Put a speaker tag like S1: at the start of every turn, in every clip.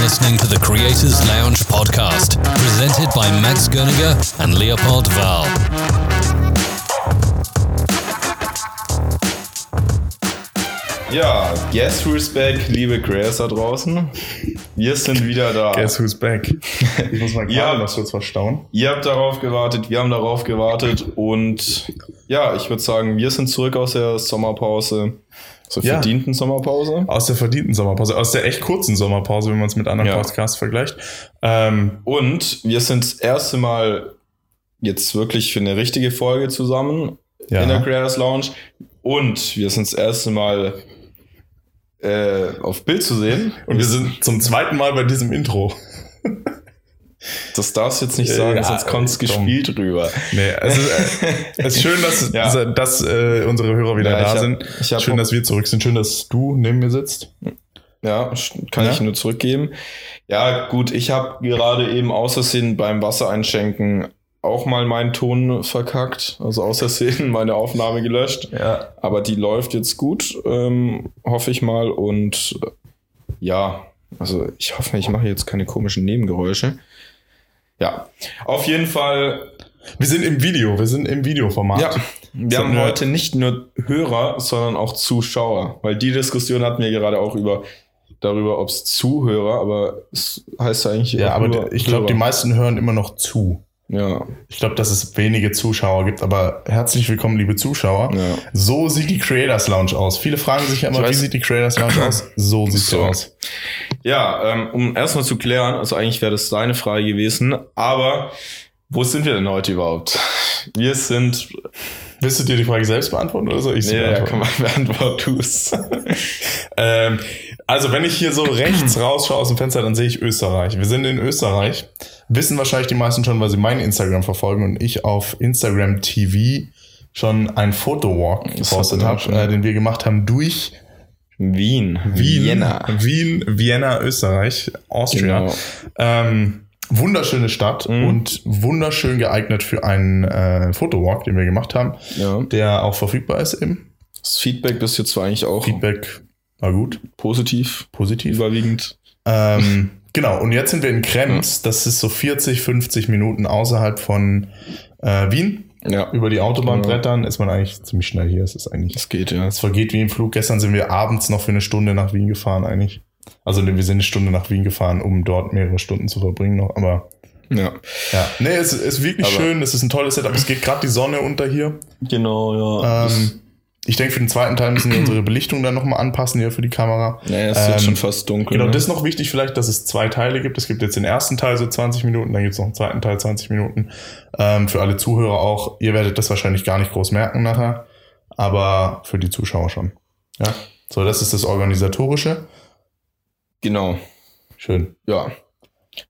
S1: listening to the Creators Lounge podcast, presented by Max Gerniger and Leopold Val.
S2: Ja, guess who's back, liebe Creators da draußen. Wir sind wieder da.
S3: Guess who's back? Ich muss mal
S2: Ja.
S3: gerade was kurz verstauen.
S2: Ihr habt darauf gewartet, wir haben darauf gewartet und ja, ich würde sagen, wir sind zurück aus der Sommerpause, zur
S3: Ja.
S2: verdienten Sommerpause.
S3: Aus der verdienten Sommerpause, aus der echt kurzen Sommerpause, wenn man es mit anderen
S2: Ja.
S3: Podcasts vergleicht. Ähm,
S2: Und wir sind das erste Mal jetzt wirklich für eine richtige Folge zusammen
S3: ja.
S2: in der Creators Lounge und wir sind das erste Mal äh, auf Bild zu sehen.
S3: Und wir sind zum zweiten Mal bei diesem Intro.
S2: Das darfst du jetzt nicht sagen,
S3: Ja,
S2: sonst kommt's
S3: komm.
S2: gespielt rüber.
S3: Nee, es ist, äh, es ist schön, dass,
S2: Ja.
S3: dass, dass äh, unsere Hörer wieder
S2: Ja, ich
S3: da
S2: hab-
S3: sind.
S2: ich hab-
S3: schön, dass wir zurück sind. Schön, dass du neben mir sitzt.
S2: Ja, st- kann
S3: Ja.
S2: ich nur zurückgeben. Ja, gut, ich habe gerade eben aus Versehen beim Wasser einschenken auch mal meinen Ton verkackt. Also aus Versehen meine Aufnahme gelöscht.
S3: Ja.
S2: Aber die läuft jetzt gut, ähm, hoffe ich mal. Und äh, ja, also ich hoffe, ich mache jetzt keine komischen Nebengeräusche. Ja, auf jeden Fall.
S3: Wir sind im Video, wir sind im Videoformat.
S2: Ja, wir
S3: So
S2: haben
S3: eine-
S2: heute nicht nur Hörer, sondern auch Zuschauer, weil die Diskussion hatten wir gerade auch über darüber, ob es Zuhörer, aber es heißt ja eigentlich
S3: Ja,
S2: auch
S3: aber
S2: nur
S3: die- ich glaube, die
S2: Hörer.
S3: meisten hören immer noch zu.
S2: ja,
S3: Ich glaube, dass es wenige Zuschauer gibt, aber herzlich willkommen, liebe Zuschauer.
S2: ja.
S3: So sieht die Creators Lounge aus. Viele fragen sich ja
S2: Ich
S3: immer, wie
S2: weiß-
S3: sieht die Creators Lounge aus? So sieht sie
S2: So.
S3: aus.
S2: Ja, ähm, um erstmal zu klären, also eigentlich wäre das deine Frage gewesen, aber wo sind wir denn heute überhaupt? Wir sind
S3: Willst du dir die Frage selbst beantworten oder soll ich sie
S2: Nee, ja, komm mal,
S3: beantworten?
S2: beantwort du's.
S3: ähm, also, wenn ich hier so rechts rausschaue aus dem Fenster, dann sehe ich Österreich. Wir sind in Österreich. Wissen wahrscheinlich die meisten schon, weil sie mein Instagram verfolgen und ich auf Instagram TV schon ein
S2: Das
S3: Fotowalk
S2: hast du
S3: gepostet
S2: dann
S3: habe,
S2: schon.
S3: äh, den wir gemacht haben durch
S2: Wien,
S3: Wien,
S2: Vienna.
S3: Wien, Vienna, Österreich, Austria.
S2: Genau.
S3: Ähm, wunderschöne Stadt
S2: Mhm.
S3: und wunderschön geeignet für einen äh, Fotowalk, den wir gemacht haben,
S2: Ja.
S3: der auch verfügbar ist eben.
S2: Das Feedback bis jetzt war eigentlich auch
S3: Feedback war gut,
S2: positiv,
S3: positiv.
S2: überwiegend.
S3: Ähm, genau, und jetzt sind wir in Krems. Das ist so 40, 50 Minuten außerhalb von äh, Wien.
S2: Ja,
S3: Über die Autobahn
S2: Genau.
S3: brettern ist man eigentlich ziemlich schnell hier. Es ist eigentlich,
S2: das geht, ja.
S3: es vergeht wie im Flug. Gestern sind wir abends noch für eine Stunde nach Wien gefahren eigentlich. Also wir sind eine Stunde nach Wien gefahren, um dort mehrere Stunden zu verbringen noch, aber
S2: Ja.
S3: Ja, nee, es ist wirklich
S2: Aber-
S3: schön, es ist ein tolles Setup. Es geht gerade die Sonne unter hier.
S2: Genau, ja.
S3: Ähm, ich denke, für den zweiten Teil müssen wir unsere Belichtung dann nochmal anpassen hier für die Kamera.
S2: naja, es wird
S3: ähm,
S2: schon fast dunkel.
S3: Genau,
S2: ne?
S3: das ist noch wichtig vielleicht, dass es zwei Teile gibt. Es gibt jetzt den ersten Teil so 20 Minuten, dann gibt es noch einen zweiten Teil 20 Minuten. Ähm, für alle Zuhörer auch, ihr werdet das wahrscheinlich gar nicht groß merken nachher, aber für die Zuschauer schon. Ja, so, das ist das Organisatorische.
S2: Genau,
S3: Schön.
S2: ja.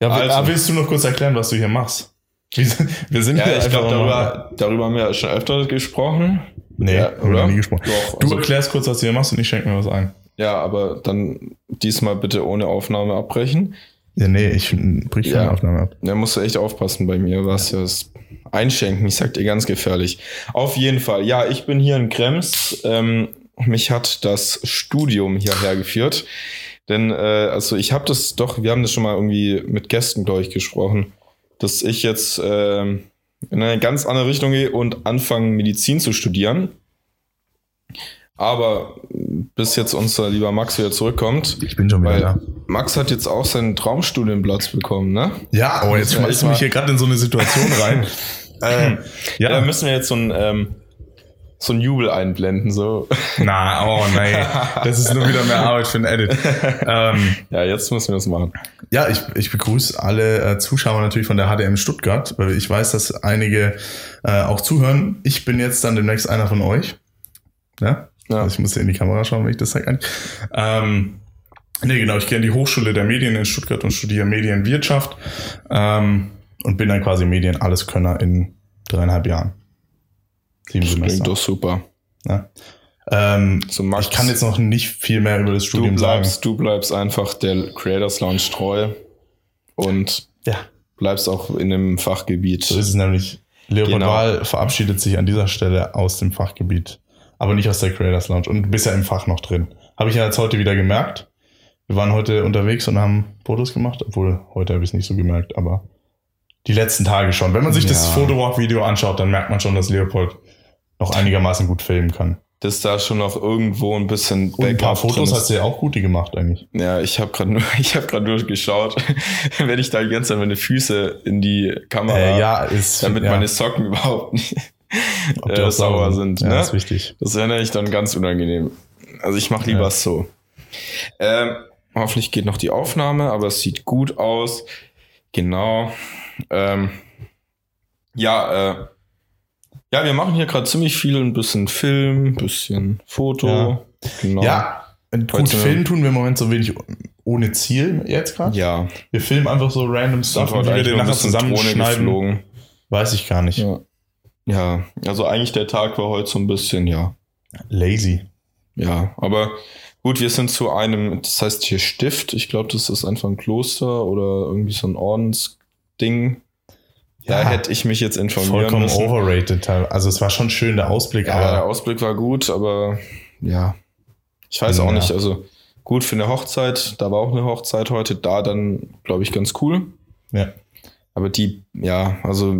S3: Ja,
S2: Also-
S3: also. willst du noch kurz erklären, was du hier machst? Wir sind, wir sind
S2: Ja, ich glaube,
S3: einfach mal-
S2: darüber, darüber haben wir schon öfter gesprochen.
S3: Nee,
S2: Ja,
S3: haben wir
S2: oder?
S3: noch nie gesprochen.
S2: Doch,
S3: Du
S2: also,
S3: erklärst kurz, was du hier machst und ich schenke mir was ein.
S2: ja, aber dann diesmal bitte ohne Aufnahme abbrechen.
S3: Ja, nee, ich brich
S2: Ja.
S3: Aufnahme ab.
S2: Da musst du echt aufpassen bei mir, was ja das Einschenken, ich sag dir ganz gefährlich. Auf jeden Fall, ja, ich bin hier in Krems. Ähm, mich hat das Studium hierher geführt. Denn, äh, also ich habe das doch, wir haben das schon mal irgendwie mit Gästen, glaube ich, gesprochen, dass ich jetzt ähm, in eine ganz andere Richtung gehe und anfange, Medizin zu studieren. Aber äh, bis jetzt unser lieber Max wieder zurückkommt,
S3: Ich bin schon
S2: weil
S3: da.
S2: Max hat jetzt auch seinen Traumstudienplatz bekommen, ne?
S3: Ja, oh, jetzt
S2: Ja,
S3: schmeißt
S2: ich
S3: du
S2: war-
S3: mich hier gerade in so eine Situation rein. ähm,
S2: Ja, Äh, da
S3: ja,
S2: müssen wir jetzt so ein, ähm, so ein Jubel einblenden. So.
S3: na, oh nein, das ist nur wieder mehr Arbeit für ein Edit. ähm,
S2: Ja, jetzt müssen wir das machen.
S3: ja, ich, ich begrüße alle äh, Zuschauer natürlich von der HDM Stuttgart, weil ich weiß, dass einige äh, auch zuhören. Ich bin jetzt dann demnächst einer von euch. Ja?
S2: Ja.
S3: Also ich muss ja in die Kamera schauen, wenn ich das sage. Ähm, nee, genau, ich gehe an die Hochschule der Medien in Stuttgart und studiere Medienwirtschaft ähm, und bin dann quasi Medienalleskönner in dreieinhalb Jahren. Sieben
S2: Das klingt
S3: Semester.
S2: doch super.
S3: Ne? Ähm,
S2: So, Max,
S3: ich kann jetzt noch nicht viel mehr über das
S2: du
S3: Studium sagen.
S2: bleibst, du bleibst einfach der Creators Lounge treu und
S3: Ja.
S2: bleibst auch in dem
S3: So
S2: Fachgebiet.
S3: ist es nämlich. Leopold
S2: Genau.
S3: Wahl verabschiedet sich an dieser Stelle aus dem Fachgebiet, aber nicht aus der Creators Lounge und bist ja im Fach noch drin. Habe ich ja jetzt heute wieder gemerkt. Wir waren heute unterwegs und haben Fotos gemacht, obwohl heute habe ich es nicht so gemerkt, aber die letzten Tage schon. Wenn man sich das
S2: Ja.
S3: Fotowalk-Video anschaut, dann merkt man schon, dass Leopold noch einigermaßen gut filmen kann.
S2: Dass da schon noch irgendwo ein bisschen
S3: Und ein paar
S2: Backup drin
S3: Fotos
S2: ist.
S3: hat sie ja auch gute gemacht eigentlich.
S2: Ja, ich habe gerade nur, ich habe gerade nur geschaut, wenn ich da die ganze Zeit meine Füße in die Kamera,
S3: Äh, ja, ist
S2: damit
S3: ja,
S2: meine Socken überhaupt nicht
S3: ob die
S2: äh,
S3: auch
S2: sauber sind.
S3: Ja,
S2: ne?
S3: ist wichtig.
S2: Das wäre ich dann ganz unangenehm. Also ich mache lieber
S3: Ja.
S2: so. Ähm, hoffentlich geht noch die Aufnahme, aber es sieht gut aus. Genau. Ähm, ja, äh, ja, wir machen hier gerade ziemlich viel, ein bisschen Film, ein bisschen Foto.
S3: Ja.
S2: Genau.
S3: Ja, und gut,
S2: Heute-
S3: filmen tun wir im Moment so wenig ohne Ziel jetzt gerade.
S2: ja.
S3: Wir filmen einfach so random
S2: Sind
S3: Stuff und
S2: heute
S3: wie wir
S2: eigentlich
S3: den
S2: noch ein
S3: nachher
S2: bisschen Drohne
S3: zusammenschneiden,
S2: geflogen.
S3: weiß ich gar nicht.
S2: Ja. ja, also eigentlich der Tag war heute so ein bisschen, ja.
S3: Lazy.
S2: Ja, aber gut, wir sind zu einem, das heißt hier Stift, ich glaube, das ist einfach ein Kloster oder irgendwie so ein Ordensding. Da
S3: Ja.
S2: hätte ich mich jetzt informieren
S3: Vollkommen
S2: müssen.
S3: overrated. teil- Also es war schon schön, der Ausblick,
S2: Ja, der
S3: aber
S2: Ausblick war gut, aber ja, ich weiß auch
S3: Ja.
S2: nicht. Also gut für eine Hochzeit, da war auch eine Hochzeit heute, da dann, glaube ich, ganz cool.
S3: Ja.
S2: Aber die, ja, also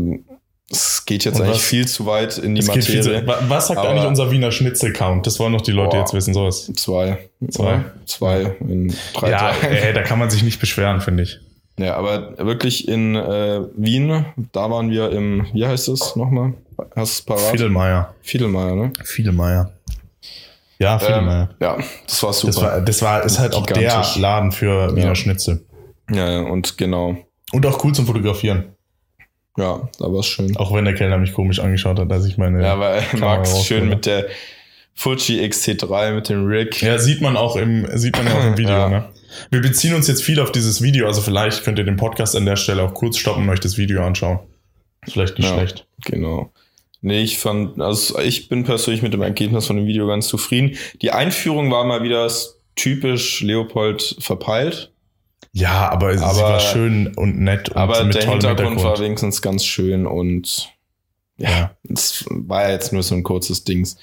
S2: es geht jetzt
S3: Und
S2: eigentlich
S3: was-
S2: viel zu weit in die
S3: es geht viel
S2: Materie.
S3: zu, Wa- Was sagt
S2: Aber-
S3: eigentlich unser Wiener Schnitzel-Count? Das wollen doch die Leute
S2: Boah.
S3: jetzt wissen, sowas.
S2: Zwei.
S3: Zwei?
S2: Zwei in drei
S3: Ja, äh,
S2: Tagen.
S3: ey, da kann man sich nicht beschweren, finde ich.
S2: Ja, aber wirklich in äh, Wien, da waren wir im, wie heißt es nochmal? Hast du es parat?
S3: Fiedelmeier.
S2: Fiedelmeier, ne?
S3: Fiedelmeier. Ja, Äh, Fiedelmeier.
S2: Ähm, ja, das war super.
S3: das war, das war, ist halt auch der
S2: Gigantisch.
S3: Laden für Wiener
S2: Ja.
S3: Schnitzel.
S2: ja, ja, und genau.
S3: Und auch cool zum Fotografieren.
S2: Ja, da war es schön.
S3: Auch wenn der Kellner mich komisch angeschaut hat, dass ich meine.
S2: Ja, weil
S3: raus,
S2: Max schön
S3: oder?
S2: mit der Fuji XT3, mit dem Rick.
S3: Ja, sieht man auch im, sieht man ja auch im Video,
S2: Ja.
S3: ne? Wir beziehen uns jetzt viel auf dieses Video, also vielleicht könnt ihr den Podcast an der Stelle auch kurz stoppen und euch das Video anschauen. Ist Vielleicht nicht
S2: Ja.
S3: schlecht.
S2: Genau. Nee, ich fand, also ich bin persönlich mit dem Ergebnis von dem Video ganz zufrieden. Die Einführung war mal wieder typisch Leopold verpeilt,
S3: Ja, aber es
S2: Aber-
S3: war schön und nett und
S2: aber der
S3: tollem
S2: Hintergrund, war wenigstens ganz schön und
S3: ja.
S2: Es war ja jetzt nur so ein kurzes Dings.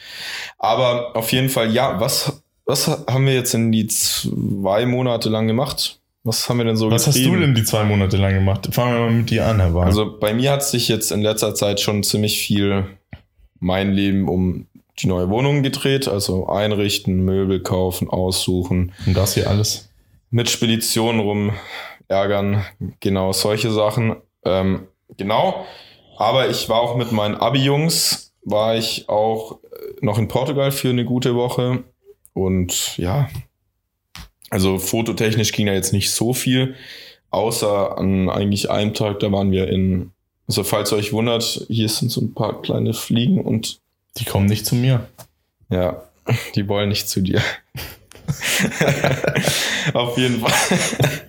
S2: Aber auf jeden Fall, ja, was, was haben wir jetzt in die zwei Monate lang gemacht? Was haben wir denn so
S3: Was hast du denn die zwei Monate lang gemacht? Fangen wir mal mit dir an, Herr Wahn.
S2: Also bei mir hat sich jetzt in letzter Zeit schon ziemlich viel mein Leben um die neue Wohnung gedreht. Also einrichten, Möbel kaufen, aussuchen,
S3: und das hier alles.
S2: mit Speditionen rum ärgern, genau solche Sachen. Ähm, genau. Aber ich war auch mit meinen Abi-Jungs, war ich auch äh, noch in Portugal für eine gute Woche. Und ja, also fototechnisch ging da jetzt nicht so viel, außer an eigentlich einem Tag, da waren wir in, also falls ihr euch wundert, hier sind so ein paar kleine Fliegen und
S3: Die kommen nicht zu mir.
S2: ja, die wollen nicht zu dir. Auf jeden Fall.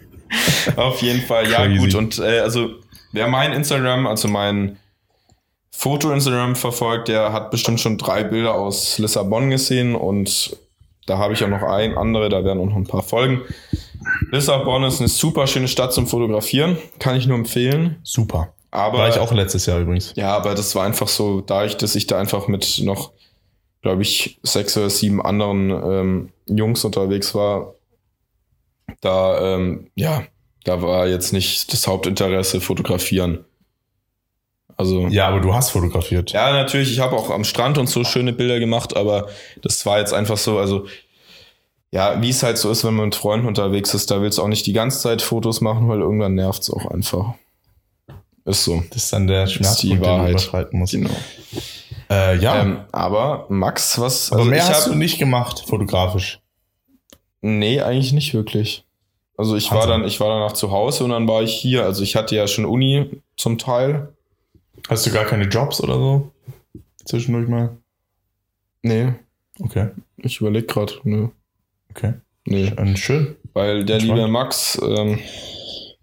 S2: Auf jeden Fall, ja,
S3: Crazy.
S2: gut. Und äh, also, wer mein Instagram, also mein Foto-Instagram verfolgt, der hat bestimmt schon drei Bilder aus Lissabon gesehen und da habe ich auch noch ein, andere, da werden auch noch ein paar Folgen. Lissabon ist eine super schöne Stadt zum Fotografieren, kann ich nur empfehlen.
S3: Super.
S2: Aber
S3: War ich auch letztes Jahr übrigens.
S2: ja, aber das war einfach so, da ich, dass ich da einfach mit noch, glaube ich, sechs oder sieben anderen ähm, Jungs unterwegs war, da, ähm, ja, da war jetzt nicht das Hauptinteresse fotografieren. Also, ja,
S3: Ja, aber du hast fotografiert.
S2: natürlich, ich habe auch am Strand und so schöne Bilder gemacht, aber das war jetzt einfach so, also, ja, wie es halt so ist, wenn man mit Freunden unterwegs ist, da willst du auch nicht die ganze Zeit Fotos machen, weil irgendwann nervt es auch einfach. Ist so,
S3: Das ist dann der Schmerzpunkt, den du
S2: Wahrheit.
S3: überschreiten musst.
S2: genau.
S3: Äh, ja,
S2: Ähm, aber Max, was?
S3: aber
S2: also
S3: mehr
S2: ich
S3: hast
S2: hab-
S3: du nicht gemacht, fotografisch.
S2: Nee, eigentlich nicht wirklich. Also ich war
S3: Wahnsinn.
S2: dann, ich war danach zu Hause und dann war ich hier. Also ich hatte ja schon Uni zum Teil.
S3: Hast du gar keine Jobs oder so? Zwischendurch mal?
S2: Nee,
S3: Okay,
S2: ich überlege gerade. Nee.
S3: okay.
S2: nee,
S3: Ähm, schön.
S2: weil der
S3: Entspannt.
S2: liebe Max, ähm,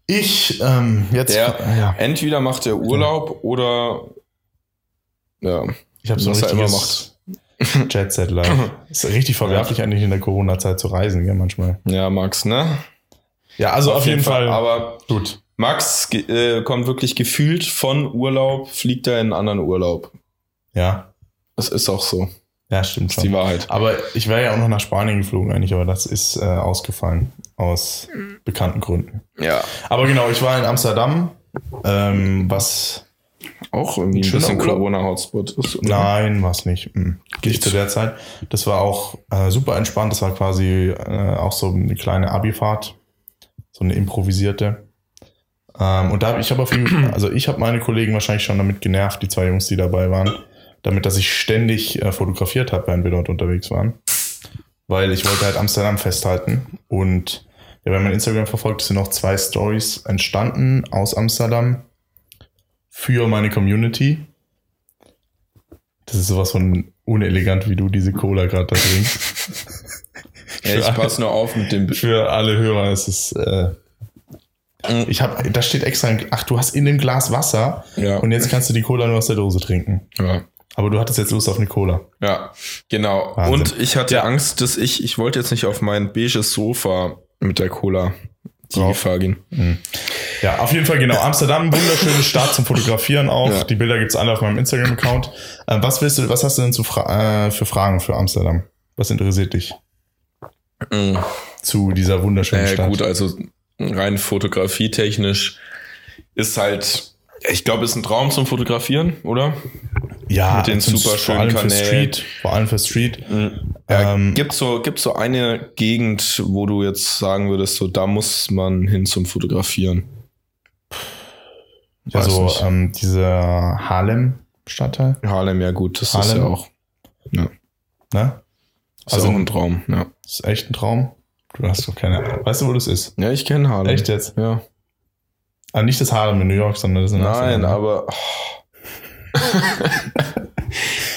S3: Ich, ähm, jetzt.
S2: Der-
S3: ja.
S2: entweder macht er Urlaub oder ja,
S3: Ich habe so ein
S2: was er immer
S3: richtiges Jet Set Life. ist richtig verwerflich eigentlich in der Corona-Zeit zu reisen, ja, manchmal.
S2: ja Max, ne?
S3: Ja, also auf, jeden Fall.
S2: Aber
S3: gut.
S2: Max ge- äh, kommt wirklich gefühlt von Urlaub, fliegt er in einen anderen Urlaub.
S3: Ja,
S2: Das ist auch so.
S3: Ja, stimmt
S2: Das ist die
S3: schon.
S2: Wahrheit.
S3: Aber ich wäre ja auch noch nach Spanien geflogen eigentlich, aber das ist äh, ausgefallen aus bekannten Gründen.
S2: Ja.
S3: Aber genau, ich war in Amsterdam, ähm, was
S2: Auch irgendwie ein
S3: Schöner
S2: bisschen
S3: Urlaub.
S2: Corona-Hotspot ist. oder?
S3: Nein, war es nicht. Mhm. Nicht zu der Zeit. Das war auch äh, super entspannt. Das war quasi äh, auch so eine kleine Abifahrt. So eine improvisierte. Ähm, und da habe ich aber viel, also ich habe meine Kollegen wahrscheinlich schon damit genervt, die zwei Jungs, die dabei waren, damit, dass ich ständig äh, fotografiert habe, während wir dort unterwegs waren. Weil ich wollte halt Amsterdam festhalten. Und ja, wenn man Instagram verfolgt, sind noch zwei Stories entstanden aus Amsterdam für meine Community. Das ist sowas von unelegant, wie du diese Cola gerade da trinkst.
S2: Ja, ich passe nur auf mit dem.
S3: Für alle Hörer ist es. Äh, ich habe, da steht extra, ein, ach, du hast in dem Glas Wasser
S2: Ja.
S3: und jetzt kannst du die Cola nur aus der Dose trinken.
S2: ja.
S3: Aber du hattest jetzt Lust auf eine Cola.
S2: Ja, genau.
S3: Wahnsinn.
S2: Und ich hatte Angst, dass ich, ich wollte jetzt nicht auf mein beiges Sofa mit der Cola die
S3: Drauf.
S2: Gefahr gehen.
S3: Hm. Ja, auf jeden Fall, genau. Amsterdam, wunderschöne Stadt zum Fotografieren auch.
S2: Ja.
S3: Die Bilder gibt's alle auf meinem Instagram-Account. Äh, was willst du, was hast du denn zu fra äh, für Fragen für Amsterdam? Was interessiert dich
S2: Mhm.
S3: zu dieser wunderschönen
S2: Naja,
S3: Stadt?
S2: gut, also rein fotografietechnisch ist halt, ich glaube, ist ein Traum zum Fotografieren, oder?
S3: ja,
S2: mit den
S3: zum-
S2: super
S3: vor
S2: schönen
S3: allem für
S2: Kanälen.
S3: Street. Vor allem für Street.
S2: Ja,
S3: Ähm,
S2: gibt's so, gibt's so eine Gegend, wo du jetzt sagen würdest, so da muss man hin zum Fotografieren?
S3: Ja,
S2: Weiß
S3: so
S2: nicht.
S3: ähm, dieser Harlem-Stadtteil,
S2: Harlem, ja gut, das ist
S3: Harlem?
S2: ja auch,
S3: ne?
S2: ist
S3: Also-
S2: auch ein Traum. Ja,
S3: Das ist echt ein Traum. Du hast doch keine Ahnung. Weißt du, wo das ist?
S2: ja ich kenne Harlem.
S3: Echt jetzt?
S2: Ja.
S3: Ah, nicht das Harlem in New York, sondern das in
S2: Nein,
S3: Amsterdam.
S2: aber.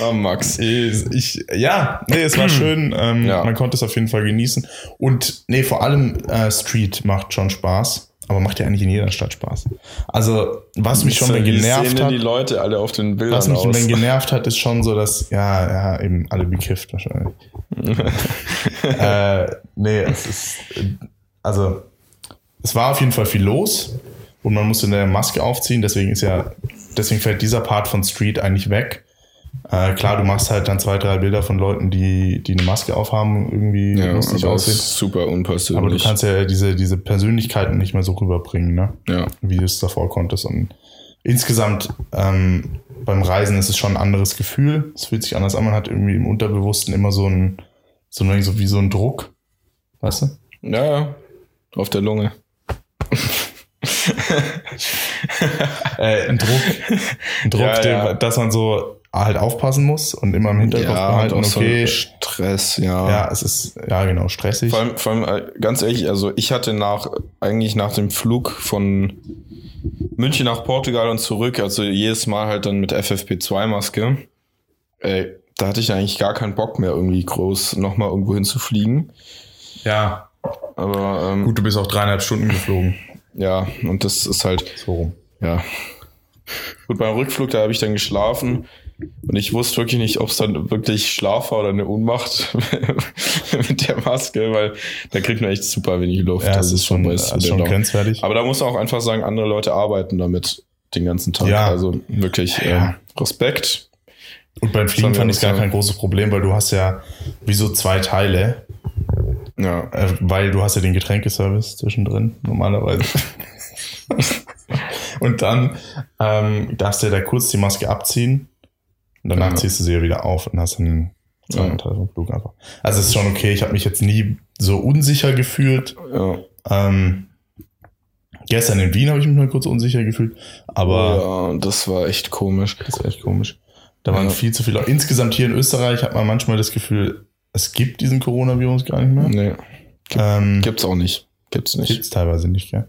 S2: Oh, Max.
S3: Ich, ich, ja, nee, es war schön. Ähm,
S2: Ja.
S3: Man konnte es auf jeden Fall genießen. Und nee, vor allem äh, Street macht schon Spaß. Aber macht ja eigentlich in jeder Stadt Spaß. Also, was mich schon mal
S2: Wie sehen
S3: genervt
S2: denn die
S3: hat,
S2: Leute alle auf den Bildern
S3: was mich
S2: aus?
S3: dann genervt hat, ist schon so, dass, ja, ja, eben alle bekifft wahrscheinlich. äh, nee, es ist, äh, also, es war auf jeden Fall viel los und man musste eine Maske aufziehen, deswegen ist ja, deswegen fällt dieser Part von Street eigentlich weg. Äh, klar, du machst halt dann zwei, drei Bilder von Leuten, die, die eine Maske aufhaben, irgendwie
S2: ja,
S3: lustig
S2: aber
S3: aussehen.
S2: ist super
S3: Aber du
S2: unpersönlich.
S3: kannst ja diese, diese Persönlichkeiten nicht mehr so rüberbringen, ne?
S2: ja.
S3: wie du es davor konntest. Und insgesamt ähm, beim Reisen ist es schon ein anderes Gefühl. Es fühlt sich anders an. Man hat irgendwie im Unterbewussten immer so ein, so, ein, so wie so ein Druck. Weißt du?
S2: ja, ja. Auf der Lunge.
S3: Äh, ein Druck, ein Druck
S2: Ja, ja.
S3: den- dass man so halt aufpassen muss und immer im Hinterkopf behalten,
S2: und auch so
S3: okay.
S2: ein Stress, ja.
S3: ja, es ist, ja genau, stressig.
S2: Vor allem, vor allem, äh, ganz ehrlich, also ich hatte nach, eigentlich nach dem Flug von München nach Portugal und zurück, also jedes Mal halt dann mit FFP2-Maske, äh, da hatte ich eigentlich gar keinen Bock mehr, irgendwie groß nochmal irgendwo hinzufliegen.
S3: Ja,
S2: Aber ähm,
S3: gut, du bist auch dreieinhalb Stunden geflogen.
S2: ja, und das ist halt,
S3: So rum.
S2: ja. Gut, beim Rückflug, da habe ich dann geschlafen und ich wusste wirklich nicht, ob es dann wirklich Schlaf war oder eine Ohnmacht mit der Maske, weil da kriegt man echt super wenig Luft.
S3: Ja,
S2: Also
S3: es ist schon,
S2: bei
S3: es ist schon
S2: Student auch.
S3: grenzwertig.
S2: Aber da muss man auch einfach sagen, andere Leute arbeiten damit den ganzen Tag.
S3: Ja.
S2: Also wirklich
S3: Ja.
S2: ähm, Respekt.
S3: Und beim Fliegen
S2: Sagen wir
S3: fand ich es gar
S2: das, ja.
S3: kein großes Problem, weil du hast ja wie so zwei Teile.
S2: Ja.
S3: Äh, weil du hast ja den Getränkeservice zwischendrin, normalerweise. und dann ähm, darfst du ja da kurz die Maske abziehen. Und danach
S2: Ja.
S3: ziehst du sie ja wieder auf und hast dann einen zweiten
S2: Genau. Ja.
S3: Teil vom Flug einfach. Also es ist schon okay, ich habe mich jetzt nie so unsicher gefühlt.
S2: ja.
S3: Ähm, gestern in Wien habe ich mich mal kurz unsicher gefühlt, aber
S2: Oh ja, das war echt komisch.
S3: das ist echt komisch. Da waren
S2: Ja.
S3: viel zu viele. Insgesamt hier in Österreich hat man manchmal das Gefühl, es gibt diesen Coronavirus gar nicht mehr.
S2: Nee,
S3: Ähm,
S2: gibt's auch nicht. Gibt's nicht.
S3: gibt's teilweise nicht, gell?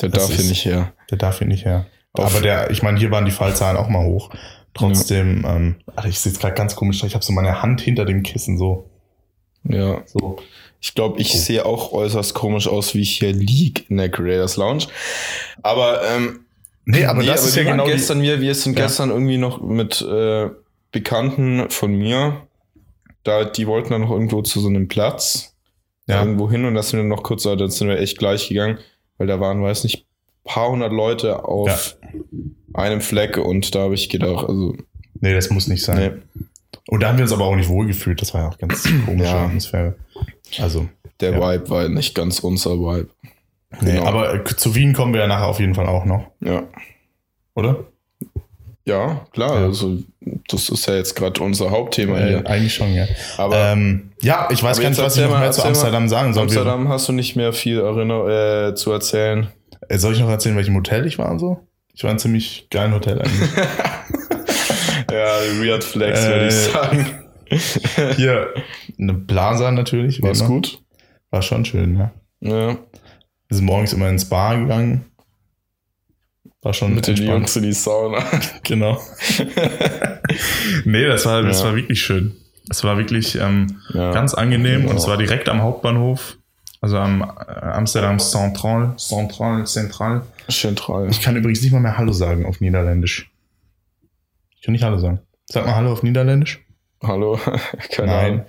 S2: Der
S3: Das
S2: darf hier
S3: ist-
S2: nicht her.
S3: Der darf hier nicht her.
S2: Auf-
S3: Aber der, ich meine, hier waren die Fallzahlen auch mal hoch. Trotzdem, ähm, Alter, ich sitze gerade ganz komisch da. Ich habe so meine Hand hinter dem Kissen so.
S2: Ja.
S3: so.
S2: Ich glaube, ich
S3: Oh.
S2: sehe auch äußerst komisch aus, wie ich hier lieg in der Creators Lounge. Aber, ähm,
S3: Nee, aber das ist ja
S2: wir waren
S3: genau
S2: gestern, wir, wir sind
S3: Ja.
S2: gestern irgendwie noch mit äh, Bekannten von mir. Da, die wollten dann noch irgendwo zu so einem Platz.
S3: die, ja,
S2: irgendwo hin und das sind wir noch kurz, dann sind wir echt gleich gegangen, weil da waren, weiß nicht, paar hundert Leute auf einem Fleck und da habe ich gedacht, also
S3: Nee, das muss nicht sein.
S2: nee,
S3: Und da haben wir uns aber auch nicht wohlgefühlt. Das war ja auch ganz komische
S2: Ja.
S3: Atmosphäre. Also,
S2: Der
S3: Ja.
S2: Vibe war nicht ganz unser Vibe.
S3: nee,
S2: Genau.
S3: aber äh, zu Wien kommen wir ja nachher auf jeden Fall auch noch,
S2: Ja.
S3: oder?
S2: Ja, klar,
S3: Ja.
S2: also das ist ja jetzt gerade unser Hauptthema
S3: Äh,
S2: hier.
S3: eigentlich schon, ja.
S2: Aber
S3: ähm, ja, ich weiß
S2: aber
S3: gar
S2: jetzt
S3: nicht, was ich
S2: erzähl
S3: noch
S2: mal-
S3: mehr
S2: erzähl
S3: zu
S2: mal.
S3: Amsterdam sagen soll. Amsterdam.
S2: Amsterdam hast du nicht mehr viel erinner äh, zu erzählen.
S3: äh, Soll ich noch erzählen, welchem Hotel ich war und so? Ich war in einem ziemlich geilen Hotel eigentlich.
S2: Ja, Weird Flex,
S3: Äh,
S2: würde ich sagen.
S3: Hier, eine Plaza natürlich. wie
S2: War's
S3: immer.
S2: gut?
S3: War schon schön, ja.
S2: Ja.
S3: Wir sind morgens immer ins Bar gegangen. War schon
S2: Mit den Jungs in die Sauna.
S3: Genau. nee, das war, das
S2: Ja.
S3: war wirklich schön. Es war wirklich ähm,
S2: Ja.
S3: ganz angenehm und es
S2: Ja.
S3: war direkt am Hauptbahnhof. Also am äh, Amsterdam Central, Central, Central.
S2: Zentral.
S3: Ich kann übrigens nicht mal mehr Hallo sagen auf Niederländisch. Ich kann nicht Hallo sagen. Sag mal Hallo auf Niederländisch.
S2: Hallo. Keine Ahnung.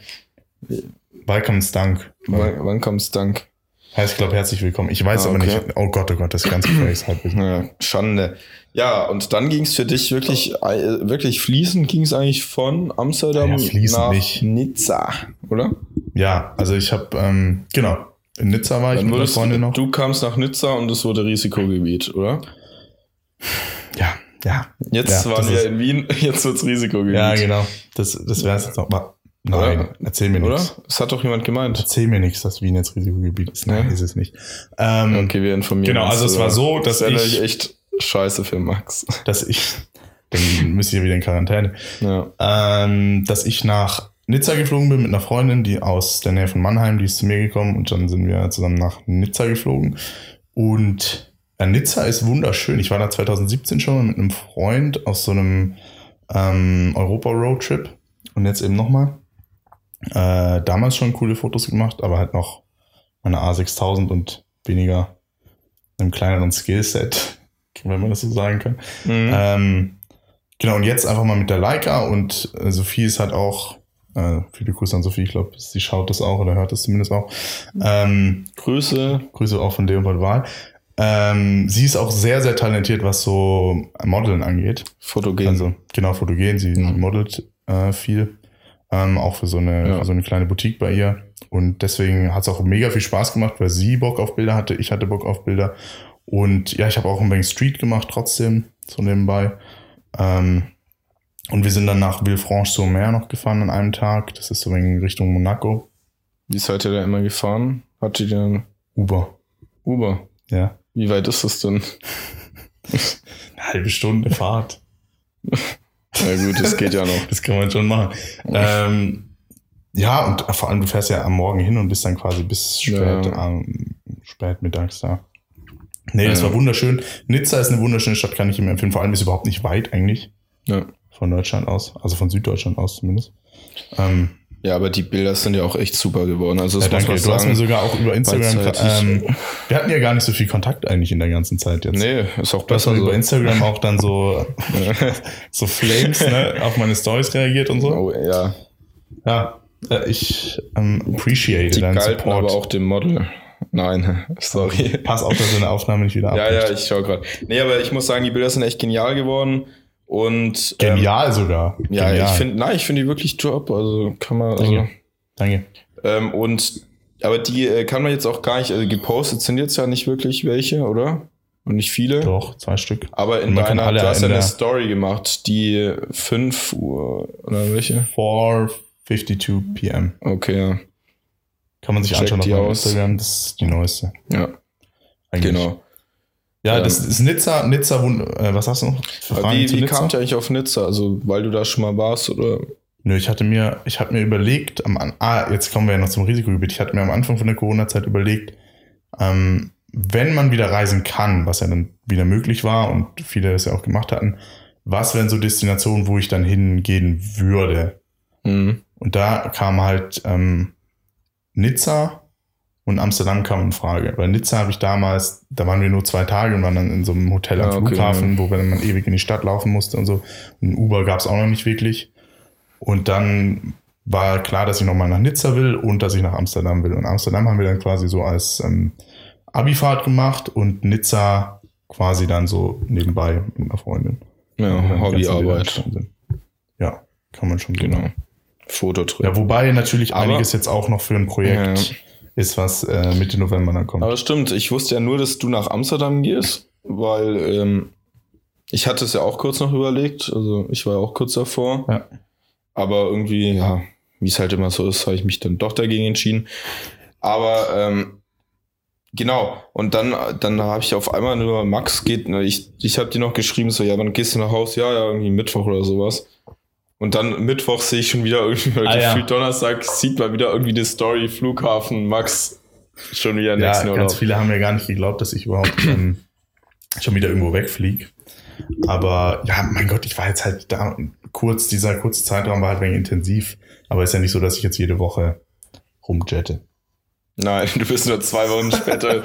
S3: Welcome's Dank.
S2: Wann, wann kommt's Dank?
S3: Heißt, ich glaube, herzlich willkommen. Ich weiß
S2: Ah,
S3: aber
S2: okay.
S3: nicht. Oh Gott, oh Gott, das ist ganz gefährliches Halbwissen.
S2: Ja, Schande. Ja, und dann ging's für dich wirklich, äh, wirklich fließend ging's eigentlich von Amsterdam
S3: Ja, fließend
S2: nach
S3: nicht.
S2: Nizza, oder?
S3: Ja, also ich habe, ähm, genau. In Nizza war ich
S2: Dann
S3: mit einer
S2: wurdest,
S3: Freundin noch.
S2: Du kamst nach Nizza und es wurde Risikogebiet, oder?
S3: Ja, ja.
S2: Jetzt
S3: Ja,
S2: waren
S3: das
S2: wir
S3: ist-
S2: in Wien, jetzt wird's Risikogebiet.
S3: Ja, genau. Das, das wäre es jetzt noch. Aber nein,
S2: Oder?
S3: erzähl mir
S2: Oder?
S3: nichts.
S2: Es hat doch jemand gemeint.
S3: Erzähl mir nichts, dass Wien jetzt Risikogebiet ist. Nein,
S2: Ja.
S3: ist es nicht. Ähm,
S2: Okay, wir informieren
S3: Genau,
S2: uns
S3: also es
S2: darüber.
S3: war so, dass
S2: das ich
S3: ich,
S2: echt scheiße für Max.
S3: dass ich, dann müsste ich ja wieder in Quarantäne,
S2: Ja.
S3: ähm, dass ich nach Nizza geflogen bin mit einer Freundin, die aus der Nähe von Mannheim, die ist zu mir gekommen und dann sind wir zusammen nach Nizza geflogen. Und ja, Nizza ist wunderschön. Ich war da 2017 schon mal mit einem Freund aus so einem ähm, Europa-Roadtrip und jetzt eben nochmal. Äh, damals schon coole Fotos gemacht, aber halt noch meine A6000 und weniger einem kleineren Skillset, wenn man das so sagen kann.
S2: Mhm.
S3: Ähm, genau, und jetzt einfach mal mit der Leica und äh, Sophie ist halt auch, äh, viele Grüße an Sophie, ich glaube, sie schaut das auch oder hört das zumindest auch. Ähm,
S2: Grüße.
S3: Grüße auch von Leopold Wahl. Ähm, sie ist auch sehr, sehr talentiert, was so Modeln angeht.
S2: Fotogen.
S3: Also genau, fotogen, sie modelt äh, viel. Ähm, auch für so, eine,
S2: Ja.
S3: für so eine kleine Boutique bei ihr. Und deswegen hat es auch mega viel Spaß gemacht, weil sie Bock auf Bilder hatte, ich hatte Bock auf Bilder. Und ja, ich habe auch ein wenig Street gemacht trotzdem, so nebenbei. Ähm, und wir sind dann nach Villefranche-sur-Mer noch gefahren an einem Tag. Das ist so ein wenig Richtung Monaco.
S2: Wie seid ihr da immer gefahren? Hattet ihr dann
S3: Uber,
S2: Uber?
S3: ja.
S2: Wie weit ist das denn?
S3: Eine halbe Stunde Fahrt.
S2: Na gut, das geht ja noch.
S3: Das kann man schon machen. Ähm, ja, und vor allem, du fährst ja am Morgen hin und bist dann quasi bis
S2: Ja.
S3: spät, ähm, spät mittags da. Nee, das
S2: Ja.
S3: war wunderschön. Nizza ist eine wunderschöne Stadt, kann ich ihm empfehlen. Vor allem ist überhaupt nicht weit eigentlich
S2: Ja.
S3: von Deutschland aus, also von Süddeutschland aus zumindest. Ähm,
S2: ja, aber die Bilder sind ja auch echt super geworden. Also das
S3: ja, danke.
S2: muss
S3: Du
S2: man
S3: hast mir
S2: sagen.
S3: sogar auch über Instagram.
S2: Weil's halt
S3: ähm, wir hatten ja gar nicht so viel Kontakt eigentlich in der ganzen Zeit jetzt.
S2: nee, ist auch
S3: Du hast
S2: besser
S3: also über
S2: so.
S3: Instagram auch dann so, so Flames ne, auf meine Stories reagiert und so.
S2: Oh, ja,
S3: Ja, äh, ich ähm, appreciate
S2: die
S3: deinen
S2: galten
S3: Support.
S2: aber auch dem Model. Nein, sorry.
S3: Pass auf, dass deine Aufnahme nicht wieder
S2: Ja, ja,
S3: abbricht.
S2: ich schau gerade. Nee, aber ich muss sagen, die Bilder sind echt genial geworden. Und ähm,
S3: Genial sogar.
S2: ja,
S3: Genial. Mhm.
S2: ich finde, nein, ich finde die wirklich top. Also kann man. Also,
S3: Danke. Danke.
S2: ähm, und aber die äh, kann man jetzt auch gar nicht. Also gepostet sind jetzt ja nicht wirklich welche, oder? Und nicht viele.
S3: Doch, zwei Stück.
S2: Aber in
S3: Man kann
S2: deiner,
S3: alle
S2: du hast ja
S3: in
S2: eine
S3: der-
S2: Story gemacht, die 5 Uhr oder welche?
S3: 4.52 pm.
S2: Okay, ja.
S3: Kann man sich
S2: Check
S3: anschauen auf
S2: die
S3: meinem
S2: aus.
S3: Instagram. Das ist die neueste.
S2: Ja,
S3: Eigentlich.
S2: genau.
S3: Ja,
S2: Ähm.
S3: das ist Nizza, Nizza, Wund- äh, was hast du noch? Für
S2: Aber
S3: Fragen
S2: Wie,
S3: zu
S2: wie
S3: Nizza?
S2: kamt ihr eigentlich auf Nizza? Also, weil du da schon mal warst oder
S3: Nö, ich hatte mir, ich habe mir überlegt, am, An- ah, jetzt kommen wir ja noch zum Risikogebiet. Ich hatte mir am Anfang von der Corona-Zeit überlegt, ähm, wenn man wieder reisen kann, was ja dann wieder möglich war und viele das ja auch gemacht hatten, was wären so Destinationen, wo ich dann hingehen würde?
S2: Mhm.
S3: Und da kam halt ähm, Nizza und Amsterdam kam in Frage. Weil Nizza habe ich damals, da waren wir nur zwei Tage und waren dann in so einem Hotel am
S2: Ja, okay,
S3: Flughafen, wo man dann ewig in die Stadt laufen musste und so. Und Uber gab es auch noch nicht wirklich. Und dann war klar, dass ich nochmal nach Nizza will und dass ich nach Amsterdam will. Und Amsterdam haben wir dann quasi so als ähm, Abifahrt gemacht und Nizza quasi dann so nebenbei mit einer Freundin.
S2: ja,
S3: Wo wir dann die ganze Zeit
S2: Hobbyarbeit?
S3: entstanden sind. Ja, kann man schon so
S2: Genau.
S3: sagen.
S2: Foto drin.
S3: Ja, wobei natürlich
S2: Aber-
S3: einiges jetzt auch noch für ein Projekt
S2: Ja.
S3: ist, was äh, Mitte November dann kommt.
S2: Aber stimmt, ich wusste ja nur, dass du nach Amsterdam gehst, weil ähm, ich hatte es ja auch kurz noch überlegt. Also ich war ja auch kurz davor.
S3: Ja.
S2: Aber irgendwie, ja, wie es halt immer so ist, habe ich mich dann doch dagegen entschieden. Aber ähm, genau, und dann, dann habe ich auf einmal nur Max geht, ne, ich, ich habe dir noch geschrieben, so, ja, wann gehst du nach Hause? Ja, ja, irgendwie Mittwoch oder sowas. Und dann Mittwoch sehe ich schon wieder irgendwie, weil
S3: Ah, ja.
S2: gefühlt Donnerstag sieht man wieder irgendwie die Story Flughafen Max schon wieder
S3: ja,
S2: nächsten
S3: ganz
S2: Urlaub.
S3: viele haben ja gar nicht geglaubt, dass ich überhaupt ähm, schon wieder irgendwo wegfliege. Aber ja, mein Gott, ich war jetzt halt da kurz, dieser kurze Zeitraum war halt wegen intensiv. Aber ist ja nicht so, dass ich jetzt jede Woche rumjette.
S2: Nein, du bist nur zwei Wochen später,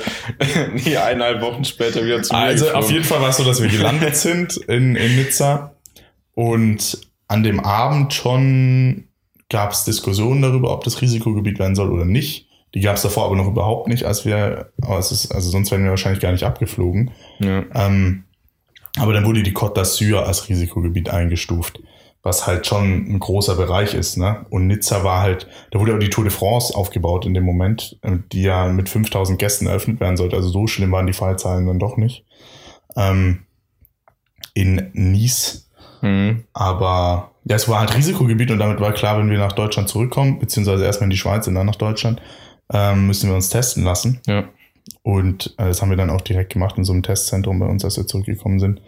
S2: nee, eineinhalb Wochen später wieder zu mir
S3: Also auf
S2: geflogen.
S3: jeden Fall war es so, dass wir gelandet sind in, in Nizza und an dem Abend schon gab es Diskussionen darüber, ob das Risikogebiet werden soll oder nicht. Die gab es davor aber noch überhaupt nicht, als wir, als es, also sonst wären wir wahrscheinlich gar nicht abgeflogen.
S2: Ja.
S3: Ähm, aber dann wurde die Côte d'Azur als Risikogebiet eingestuft, was halt schon ein großer Bereich ist. Ne? Und Nizza war halt, da wurde auch die Tour de France aufgebaut in dem Moment, äh, die ja mit 5000 Gästen eröffnet werden sollte. Also so schlimm waren die Fallzahlen dann doch nicht. Ähm, in Nice.
S2: Mhm.
S3: Aber ja, es war halt Risikogebiet und damit war klar, wenn wir nach Deutschland zurückkommen, beziehungsweise erstmal in die Schweiz und dann nach Deutschland, ähm, müssen wir uns testen lassen.
S2: Ja.
S3: Und äh, das haben wir dann auch direkt gemacht in so einem Testzentrum bei uns, als wir zurückgekommen sind.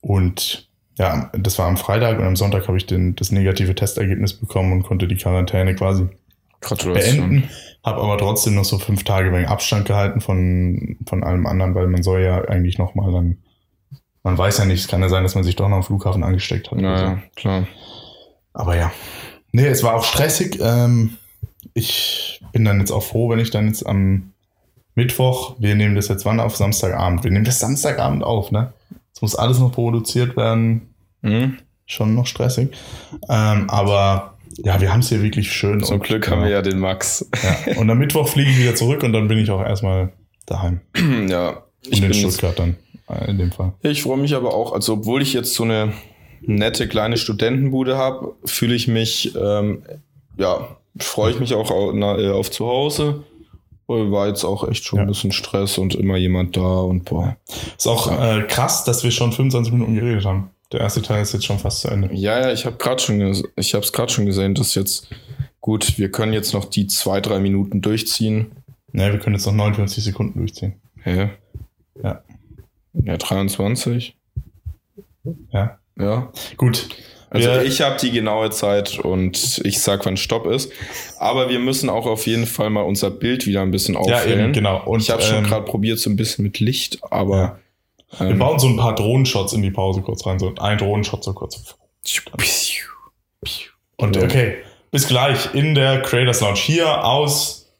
S3: Und ja, das war am Freitag und am Sonntag habe ich den, das negative Testergebnis bekommen und konnte die Quarantäne quasi
S2: Gratulation.
S3: beenden. Habe aber trotzdem noch so fünf Tage wegen Abstand gehalten von, von allem anderen, weil man soll ja eigentlich nochmal dann, man weiß ja nicht, es kann ja sein, dass man sich doch noch am Flughafen angesteckt hat. oder so.
S2: Naja, klar.
S3: Aber ja. Nee, es war auch stressig. Ähm, ich bin dann jetzt auch froh, wenn ich dann jetzt am Mittwoch, wir nehmen das jetzt wann auf? Samstagabend. Wir nehmen das Samstagabend auf, ne? Es muss alles noch produziert werden.
S2: Mhm.
S3: Schon noch stressig. Ähm, aber ja, wir haben es hier wirklich schön.
S2: Zum
S3: und-
S2: Glück haben wir ja den Max.
S3: ja. Und am Mittwoch fliege ich wieder zurück und dann bin ich auch erstmal daheim.
S2: ja,
S3: Ich
S2: ich
S3: und in
S2: bin jetzt
S3: Stuttgart dann. äh, In dem Fall.
S2: Ich freue mich aber auch, also obwohl ich jetzt so eine nette kleine Studentenbude habe, fühle ich mich, ähm, ja, freue ich mich auch au- na, äh, auf zu Hause. Äh, War jetzt auch echt schon
S3: Ja.
S2: ein bisschen Stress und immer jemand da und boah.
S3: Ist auch äh, krass, dass wir schon 25 Minuten geredet haben. Der erste Teil ist jetzt schon fast zu Ende.
S2: Ja, ja, ich habe gerade schon, ges- ich habe es gerade schon gesehen, dass jetzt gut, wir können jetzt noch die zwei drei Minuten durchziehen.
S3: Ne, wir können jetzt noch 59 Sekunden durchziehen.
S2: Hä?
S3: Ja.
S2: Ja, 23.
S3: Ja.
S2: Ja.
S3: Gut.
S2: Also
S3: Wir-
S2: ich habe die genaue Zeit und ich sag, wann Stopp ist. Aber wir müssen auch auf jeden Fall mal unser Bild wieder ein bisschen
S3: Ja, eben,
S2: aufhellen.
S3: genau. Und
S2: Ich habe schon
S3: ähm,
S2: gerade probiert, so ein bisschen mit Licht, aber ähm,
S3: Wir bauen so ein paar Drohnenshots in die Pause kurz rein. So ein Drohnenshot so kurz. Und
S2: Ja.
S3: okay, bis gleich in der Creators Lounge. Hier aus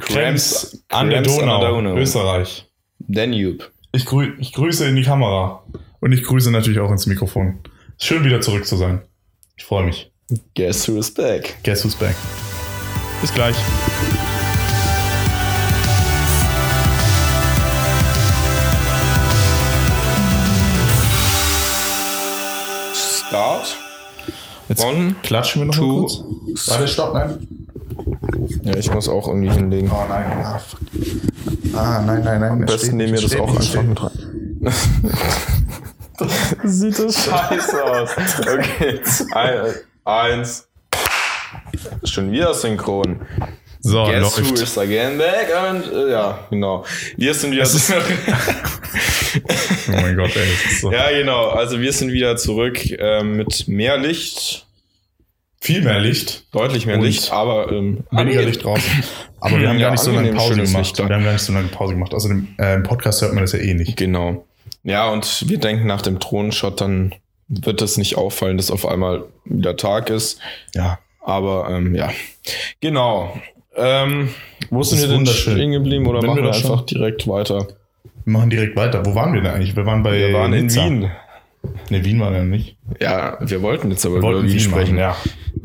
S3: Krems, an, der
S2: Krems an der
S3: Donau,
S2: Donau.
S3: Österreich.
S2: Danube.
S3: Ich, grü ich grüße in die Kamera. Und ich grüße natürlich auch ins Mikrofon. Schön wieder zurück zu sein. Ich freue mich.
S2: Guess who is back?
S3: Guess who's back? Bis gleich.
S2: Start.
S3: Jetzt
S2: One,
S3: klatschen wir noch mal
S2: two,
S3: kurz. Warte, stopp, nein.
S2: Ja, ich muss auch irgendwie hinlegen.
S3: Oh nein. Ah, fuck. ah nein, nein, nein.
S2: Am
S3: es
S2: besten
S3: steht
S2: nehmen wir
S3: nicht,
S2: das
S3: steht
S2: auch
S3: nicht,
S2: einfach
S3: steht
S2: mit rein. Sieht das scheiße aus. Okay. Ein, eins. Schon wieder synchron.
S3: So,
S2: Guess who
S3: Oh, läuft.
S2: is again back? And, äh, ja, genau. Wir sind wieder
S3: Oh mein Gott, ey, das ist so.
S2: Ja, genau. Also wir sind wieder zurück ähm, mit mehr Licht.
S3: Viel mehr Licht,
S2: Deutlich mehr
S3: Und
S2: Licht, aber ähm,
S3: weniger
S2: angenehm.
S3: Licht draußen. Aber wir haben
S2: Ja,
S3: gar nicht so lange
S2: angenehm
S3: Pause
S2: schönes
S3: gemacht.
S2: Licht da.
S3: wir haben gar nicht so lange Pause gemacht. Außerdem, äh, im Podcast hört man das ja eh nicht.
S2: Genau. Ja, und wir denken nach dem Thronenshot, dann wird es nicht auffallen, dass auf einmal wieder Tag ist.
S3: Ja.
S2: Aber ähm, ja, genau. Ähm, wo
S3: Das
S2: sind
S3: ist
S2: wir denn
S3: wunderschön.
S2: stehen geblieben oder
S3: Wenn
S2: machen
S3: wir
S2: wir
S3: das
S2: einfach
S3: schon-
S2: direkt weiter?
S3: Wir machen direkt weiter. Wo waren wir denn eigentlich? Wir waren bei
S2: Wir waren in
S3: Äh, Nizza.
S2: Wien.
S3: Ne, Wien waren wir nicht.
S2: Ja, wir wollten jetzt aber
S3: Wir
S2: über
S3: wollten
S2: Wien,
S3: Wien
S2: sprechen.
S3: sprechen. Ja.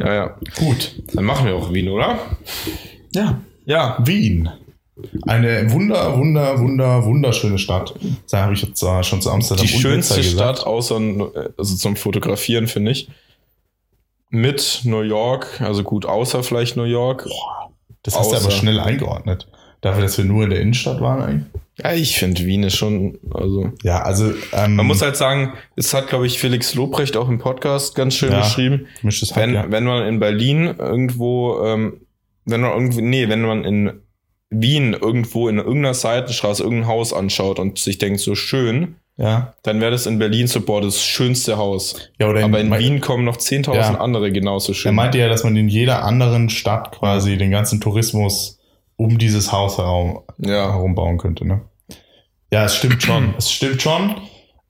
S2: ja, ja.
S3: Gut.
S2: Dann machen wir auch Wien, oder?
S3: Ja.
S2: Ja.
S3: Wien. Eine wunder, wunder, wunder, wunderschöne Stadt. Da habe ich jetzt äh, schon zu Amsterdam
S2: Die
S3: und Nizza
S2: schönste
S3: gesagt.
S2: Stadt, außer also zum Fotografieren, finde ich. mit New York, also gut, außer vielleicht New York.
S3: Das hast du aber
S2: Außer-
S3: schnell eingeordnet. Dafür, dass wir nur in der Innenstadt waren eigentlich.
S2: Ja, ich finde Wien ist schon, also.
S3: Ja, also ähm,
S2: Man muss halt sagen, es hat, glaube ich, Felix Lobrecht auch im Podcast ganz schön
S3: Ja.
S2: geschrieben.
S3: gemischtes Hack,
S2: Wenn,
S3: ja.
S2: wenn man in Berlin irgendwo, ähm, wenn man irgendwie, nee, wenn man in Wien irgendwo in irgendeiner Seitenstraße irgendein Haus anschaut und sich denkt, so schön,
S3: ja.
S2: dann wäre das in Berlin sofort das schönste Haus.
S3: ja oder
S2: Aber in
S3: mein-
S2: Wien kommen noch 10.000
S3: Ja.
S2: andere genauso schön.
S3: Er meinte ja, dass man in jeder anderen Stadt quasi den ganzen Tourismus um dieses Haus herum,
S2: ja.
S3: herum bauen könnte. Ne? Ja, es stimmt schon. es stimmt schon.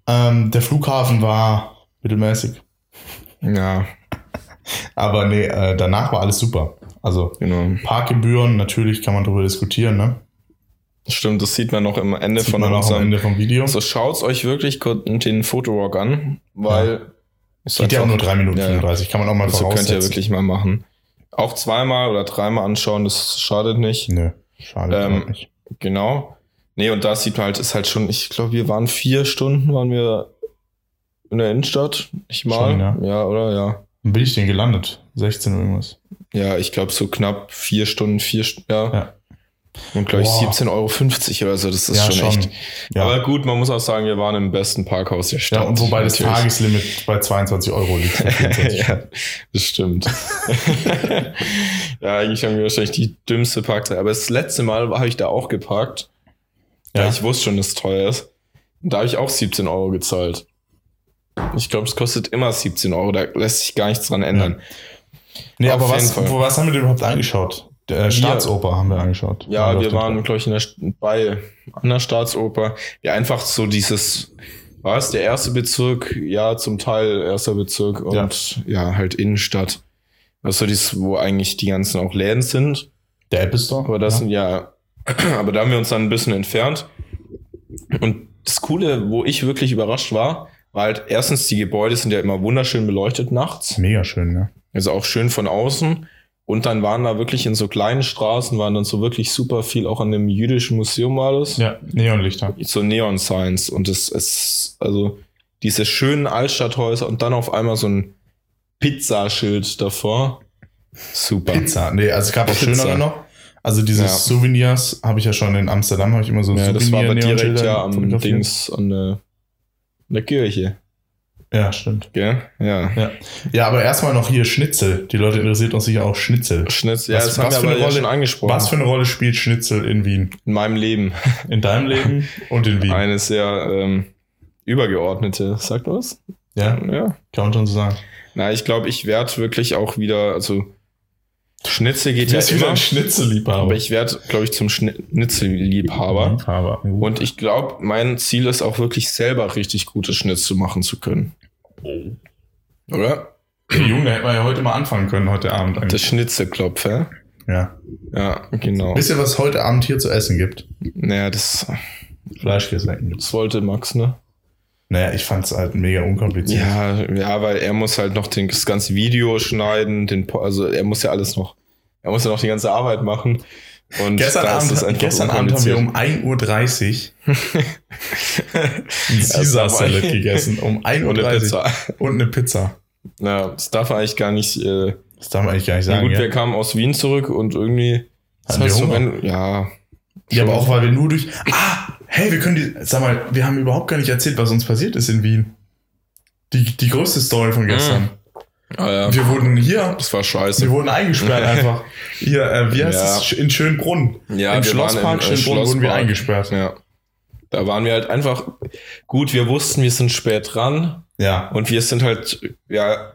S3: Ähm, der Flughafen war mittelmäßig.
S2: ja,
S3: Aber nee, äh, danach war alles super. Also
S2: genau.
S3: Parkgebühren, natürlich kann man darüber diskutieren. Ne?
S2: Stimmt, das sieht man noch am Ende
S3: Sieht
S2: von
S3: man auch am
S2: unserem.
S3: Ende vom Video.
S2: So schaut's euch wirklich kurz den Fotowalk an, weil es
S3: Geht ja auch nur 3 Minuten
S2: Ja, ja.
S3: 35. Kann man auch mal
S2: Also könnt
S3: voraussetzen.
S2: ihr wirklich mal machen. Auch zweimal oder dreimal anschauen, das schadet nicht.
S3: Nö, schade.
S2: Ähm,
S3: kann man nicht.
S2: Genau. Nee, und da sieht man halt, ist halt schon, ich glaube, wir waren vier Stunden, waren wir in der Innenstadt. Ich mal.
S3: Schon, ja.
S2: ja. oder? Ja.
S3: Wann bin ich denn gelandet? 16 irgendwas.
S2: Ja, ich glaube, so knapp vier Stunden, vier Stunden, ja.
S3: Ja.
S2: Und glaube ich
S3: Boah.
S2: 17,50 Euro oder so, das ist schon, echt.
S3: Ja.
S2: Aber gut, man muss auch sagen, wir waren im besten Parkhaus der Stadt.
S3: ja, und wobei das
S2: Natürlich.
S3: Tageslimit bei 22 Euro liegt.
S2: ja, das stimmt. ja, eigentlich haben wir wahrscheinlich die dümmste Parkzeit. Aber das letzte Mal habe ich da auch geparkt. Ja.
S3: Ja.
S2: ich wusste schon, dass es teuer ist. Und da habe ich auch 17 Euro gezahlt. Ich glaube, es kostet immer 17 Euro. Da lässt sich gar nichts dran ändern.
S3: Nee,
S2: Auf
S3: aber
S2: jeden
S3: was,
S2: Fall.
S3: wo, was haben wir denn überhaupt angeschaut? Der, äh, Staatsoper haben wir angeschaut.
S2: Ja,
S3: Haben
S2: wir
S3: auf
S2: waren,
S3: dem-
S2: glaube ich, in der, St- bei an der Staatsoper. Ja, einfach so dieses, war es der erste Bezirk? Ja, zum Teil erster Bezirk und ja, halt Innenstadt. Also dieses, wo eigentlich die ganzen auch Läden sind.
S3: Der Apple Store.
S2: Aber das
S3: ja.
S2: sind ja, aber da haben wir uns dann ein bisschen entfernt. Und das Coole, wo ich wirklich überrascht war, war halt erstens, die Gebäude sind ja immer wunderschön beleuchtet nachts.
S3: mega schön, ne?
S2: Also auch schön von außen. Und dann waren da wirklich in so kleinen Straßen, waren dann so wirklich super viel auch an dem jüdischen Museum alles.
S3: Ja, Neonlichter.
S2: So Neon Signs. Und es ist, also diese schönen Altstadthäuser und dann auf einmal so ein Pizzaschild davor. Super.
S3: Pizza. Nee, also es gab auch
S2: Pizza.
S3: schönere noch. Also diese
S2: Ja.
S3: Souvenirs habe ich ja schon in Amsterdam, habe ich immer so
S2: Ja, das war aber direkt
S3: Souvenir-Neonschilder
S2: ja am
S3: fotografiert.
S2: Dings an der, an der Kirche.
S3: Ja, stimmt.
S2: Gell? Ja.
S3: Ja, aber erstmal noch hier Schnitzel. Die Leute interessiert uns sicher auch Schnitzel.
S2: Schnitz, ja,
S3: Was-
S2: das haben
S3: was
S2: wir
S3: für
S2: aber
S3: eine
S2: ja
S3: Rolle-
S2: schon angesprochen.
S3: Was für eine Rolle spielt Schnitzel in Wien?
S2: in meinem Leben.
S3: In deinem Leben und in Wien.
S2: Eine sehr ähm, übergeordnete, sagt man was?
S3: Ja,
S2: Ja.
S3: kann man schon so sagen.
S2: Na, ich glaube, ich werde wirklich auch wieder, also Schnitzel geht ja
S3: bist wieder
S2: immer,
S3: ein Schnitzelliebhaber.
S2: aber ich werde, glaube ich, zum Schnitzelliebhaber.
S3: Liebhaber.
S2: Und ich glaube, mein Ziel ist auch wirklich selber richtig gute Schnitzel machen zu können.
S3: Oh.
S2: Oder?
S3: Junge, hätten wir ja heute mal anfangen können, heute Abend
S2: Das
S3: eigentlich.
S2: Schnitzelklopf, ja?
S3: Ja.
S2: Ja, genau.
S3: Wisst ihr, was heute Abend hier zu essen gibt?
S2: Naja, das,
S3: Fleischgesäcken gibt's.
S2: das wollte Max, ne?
S3: Naja, ich fand's halt mega unkompliziert.
S2: Ja, ja, weil er muss halt noch den, das ganze Video schneiden, den, Po- also er muss ja alles noch, er muss ja noch die ganze Arbeit machen. Und
S3: Gestern,
S2: da ist es
S3: Abend,
S2: einfach
S3: gestern Abend haben wir
S2: unkompliziert.
S3: um 1.30 Uhr ein Caesar Salad gegessen. Um
S2: und eine
S3: 1.30 Uhr.
S2: Pizza.
S3: Und eine Pizza.
S2: Ja, das darf er eigentlich gar nicht. Äh,
S3: Das darf man eigentlich gar nicht
S2: na
S3: sagen.
S2: gut,
S3: ja.
S2: wir kamen aus Wien zurück und irgendwie.
S3: Hatten wir
S2: heißt so,
S3: Hunger?
S2: wenn, ja.
S3: ja, aber
S2: schon.
S3: auch weil wir nur durch. Ah, hey, wir können die. Sag mal, wir haben überhaupt gar nicht erzählt, was uns passiert ist in Wien. Die, die größte Story von gestern.
S2: Ah, ja.
S3: Wir wurden hier
S2: das war
S3: Wir
S2: scheiße.
S3: wurden eingesperrd einfach. Hier, äh, wie heißt
S2: Ja.
S3: es? In Schönbrunn.
S2: Ja,
S3: Im
S2: wir waren
S3: Schlosspark
S2: im, äh,
S3: Schönbrunn wurden wir
S2: Schlosspark.
S3: eingesperrt.
S2: Ja. Da waren wir halt einfach. Gut, wir wussten, wir sind spät dran.
S3: Ja.
S2: Und wir sind halt, ja,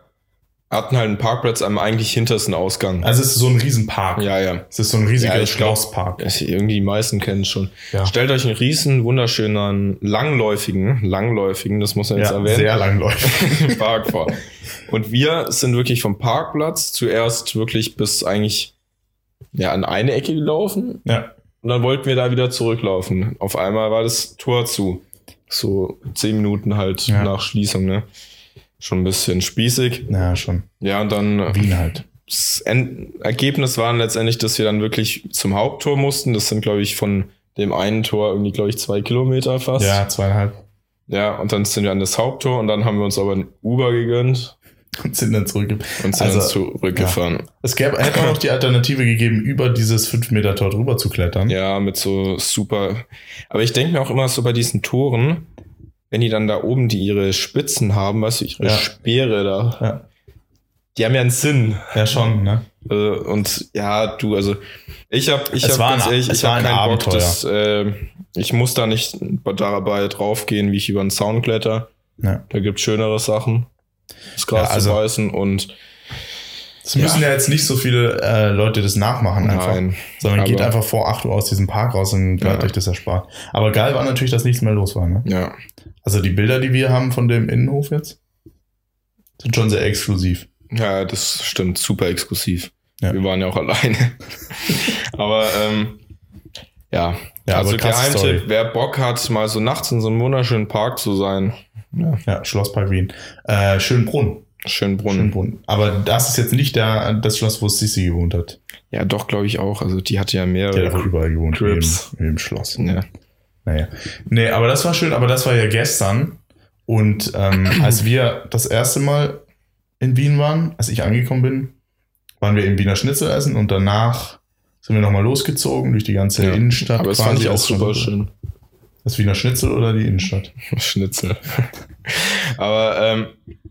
S2: hatten halt einen Parkplatz am eigentlich hintersten Ausgang.
S3: Also es ist so ein Riesenpark.
S2: ja, ja.
S3: Es ist so ein riesiger
S2: Ja, ich glaub- äh,
S3: Schlosspark.
S2: Das- Irgendwie die meisten kennen es schon.
S3: Ja.
S2: Stellt euch einen riesen, wunderschönen, langläufigen, langläufigen, das muss man jetzt
S3: Ja,
S2: erwähnen,
S3: sehr langläufig.
S2: Park vor. Und wir sind wirklich vom Parkplatz zuerst wirklich bis eigentlich ja, an eine Ecke gelaufen
S3: ja.
S2: und dann wollten wir da wieder zurücklaufen. Auf einmal war das Tor zu. So zehn Minuten halt
S3: Ja.
S2: nach Schließung, ne? Schon ein bisschen spießig.
S3: ja, schon.
S2: Ja, und dann äh,
S3: Wien halt.
S2: das End Ergebnis waren letztendlich, dass wir dann wirklich zum Haupttor mussten. Das sind, glaube ich, von dem einen Tor irgendwie, glaube ich, zwei Kilometer fast.
S3: Ja, zweieinhalb.
S2: ja, und dann sind wir an das Haupttor und dann haben wir uns aber ein Uber gegönnt.
S3: Und sind dann zurückgefahren.
S2: und sind
S3: Also,
S2: dann zurückgefahren.
S3: Es gäbe, hätte man auch die Alternative gegeben, über dieses 5-Meter-Tor drüber zu klettern.
S2: Ja, mit so super. Aber ich denke mir auch immer so bei diesen Toren, wenn die dann da oben, die ihre Spitzen haben, weißt du, ihre
S3: Ja.
S2: Speere da,
S3: Ja.
S2: die haben ja einen Sinn.
S3: Ja, schon, ne?
S2: Äh, und ja, du, also ich habe, ich
S3: Es
S2: habe
S3: war ein
S2: ganz
S3: Ab-
S2: ehrlich,
S3: es
S2: ich
S3: war
S2: habe
S3: ein
S2: keinen Bock,
S3: Abenteuer.
S2: dass, äh, ich muss da nicht dabei draufgehen, wie ich über einen Zaun kletter.
S3: Ja.
S2: Da gibt's schönere Sachen, das Gras
S3: Ja, also-
S2: zu beißen und
S3: Es müssen ja. jetzt nicht so viele äh, Leute das nachmachen einfach.
S2: nein.
S3: Sondern
S2: aber-
S3: geht einfach vor 8 Uhr aus diesem Park raus und bleibt
S2: Ja.
S3: euch das erspart. Aber geil war natürlich, dass nichts mehr los war, ne?
S2: Ja,
S3: Also die Bilder, die wir haben von dem Innenhof jetzt, sind schon sehr exklusiv.
S2: ja, das stimmt, super exklusiv.
S3: Ja.
S2: Wir waren ja auch alleine. Aber ähm, ja, also
S3: krasse
S2: Geheimtipp,
S3: Story.
S2: wer Bock hat, mal so nachts in so einem wunderschönen Park zu sein,
S3: Ja, Schlosspark Wien. Äh, Schönbrunn.
S2: Schönbrunn.
S3: Schönbrunn. Aber das ist jetzt nicht der, das Schloss, wo Sissi gewohnt hat.
S2: Ja, doch, glaube ich auch. Also die hatte ja
S3: Die
S2: mehrere.
S3: hat auch überall gewohnt. Im,
S2: Crips.
S3: Im Schloss.
S2: ja.
S3: Naja. Nee, aber das war schön, aber das war ja gestern. Und ähm, als wir das erste Mal in Wien waren, als ich angekommen bin, waren wir im Wiener Schnitzel essen und danach sind wir nochmal losgezogen durch die ganze
S2: Ja.
S3: Innenstadt.
S2: Aber das fand ich auch
S3: Das ist schon
S2: super
S3: so-
S2: schön.
S3: Das Wiener Schnitzel oder die Innenstadt?
S2: Schnitzel. aber ähm,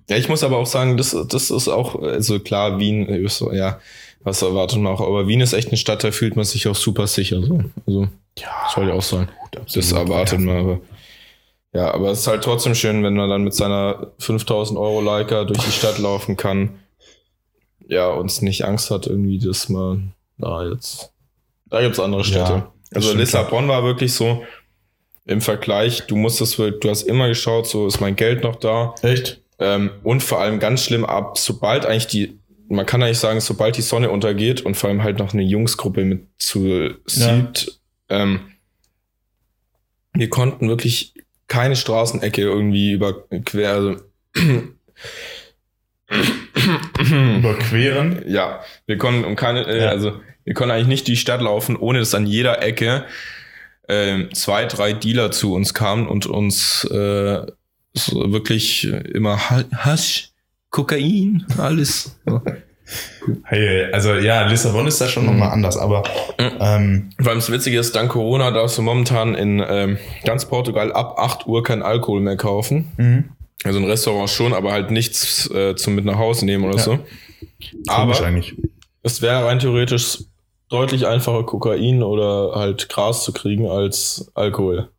S2: ja, ich muss aber auch sagen, das, das ist auch, also klar, Wien, äh, ist so, ja, was erwartet man auch, aber Wien ist echt eine Stadt, da fühlt man sich auch super sicher. So. Also,
S3: Ja,
S2: soll ich auch sagen.
S3: gut, absolut.
S2: Das erwartet man aber. Ja, aber es ist halt trotzdem schön, wenn man dann mit seiner 5000 Euro Leica durch die Stadt laufen kann. Ja, und nicht Angst hat irgendwie, dass man, na, jetzt, da gibt's andere Städte.
S3: Ja, das
S2: also
S3: stimmt
S2: Lissabon war wirklich so im Vergleich, du musstest, wirklich- du hast immer geschaut, so ist mein Geld noch da.
S3: Echt?
S2: Ähm, und vor allem ganz schlimm ab, sobald eigentlich die, man kann eigentlich sagen, sobald die Sonne untergeht und vor allem halt noch eine Jungsgruppe mit zu sieht, ähm, wir konnten wirklich keine Straßenecke irgendwie überquer. Also also,
S3: Überqueren?
S2: ja, wir konnten um keine, äh,
S3: Ja.
S2: also wir konnten eigentlich nicht die Stadt laufen, ohne dass an jeder Ecke ähm, zwei, drei Dealer zu uns kamen und uns äh, so wirklich immer Ha- Hasch, Kokain, alles.
S3: Hey, also ja, Lissabon ist da schon noch
S2: Mhm.
S3: nochmal anders, aber ähm,
S2: Weil das Witzige ist, dank Corona darfst du momentan in ähm, ganz Portugal ab 8 Uhr kein Alkohol mehr kaufen.
S3: mhm.
S2: Also in Restaurants schon, aber halt nichts äh, zum mit nach Hause nehmen oder
S3: Ja.
S2: so.
S3: komisch
S2: Aber
S3: eigentlich.
S2: es wäre rein theoretisch deutlich einfacher, Kokain oder halt Gras zu kriegen als Alkohol.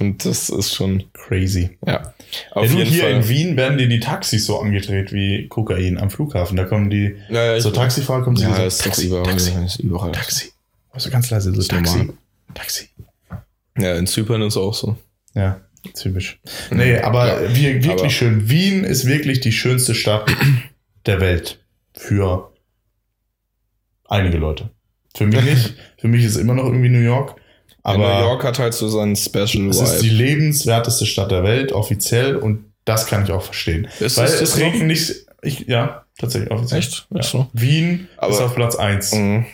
S2: Und das ist schon,
S3: Crazy.
S2: ja.
S3: Ja,
S2: Auf
S3: nur
S2: jeden
S3: hier in
S2: Fall.
S3: Wien werden dir die Taxis so angedreht wie Kokain am Flughafen. Da kommen die,
S2: Naja, ich,
S3: so Taxifahrer kommen
S2: Also, ja,
S3: so,
S2: ist doch überall. Ist überall.
S3: Taxi. Also ganz leise so
S2: Ist
S3: Taxi.
S2: normal.
S3: Taxi.
S2: Ja, in Zypern ist auch so.
S3: Ja, typisch. Nee, aber
S2: Ja,
S3: wir, wirklich
S2: aber-
S3: schön. Wien ist wirklich die schönste Stadt der Welt für einige Leute. Für mich nicht. Für mich ist immer noch irgendwie New York.
S2: Aber
S3: Aber
S2: New York hat halt so seinen Special
S3: es ist die
S2: Vibe.
S3: lebenswerteste Stadt der Welt, offiziell. Und das kann ich auch verstehen.
S2: Ist
S3: Weil
S2: das
S3: es
S2: das noch?
S3: regnet nicht. Ich, ja, tatsächlich. offiziell.
S2: Echt?
S3: Ja.
S2: Ist so?
S3: Wien ist
S2: Aber-
S3: auf Platz 1.
S2: Mhm.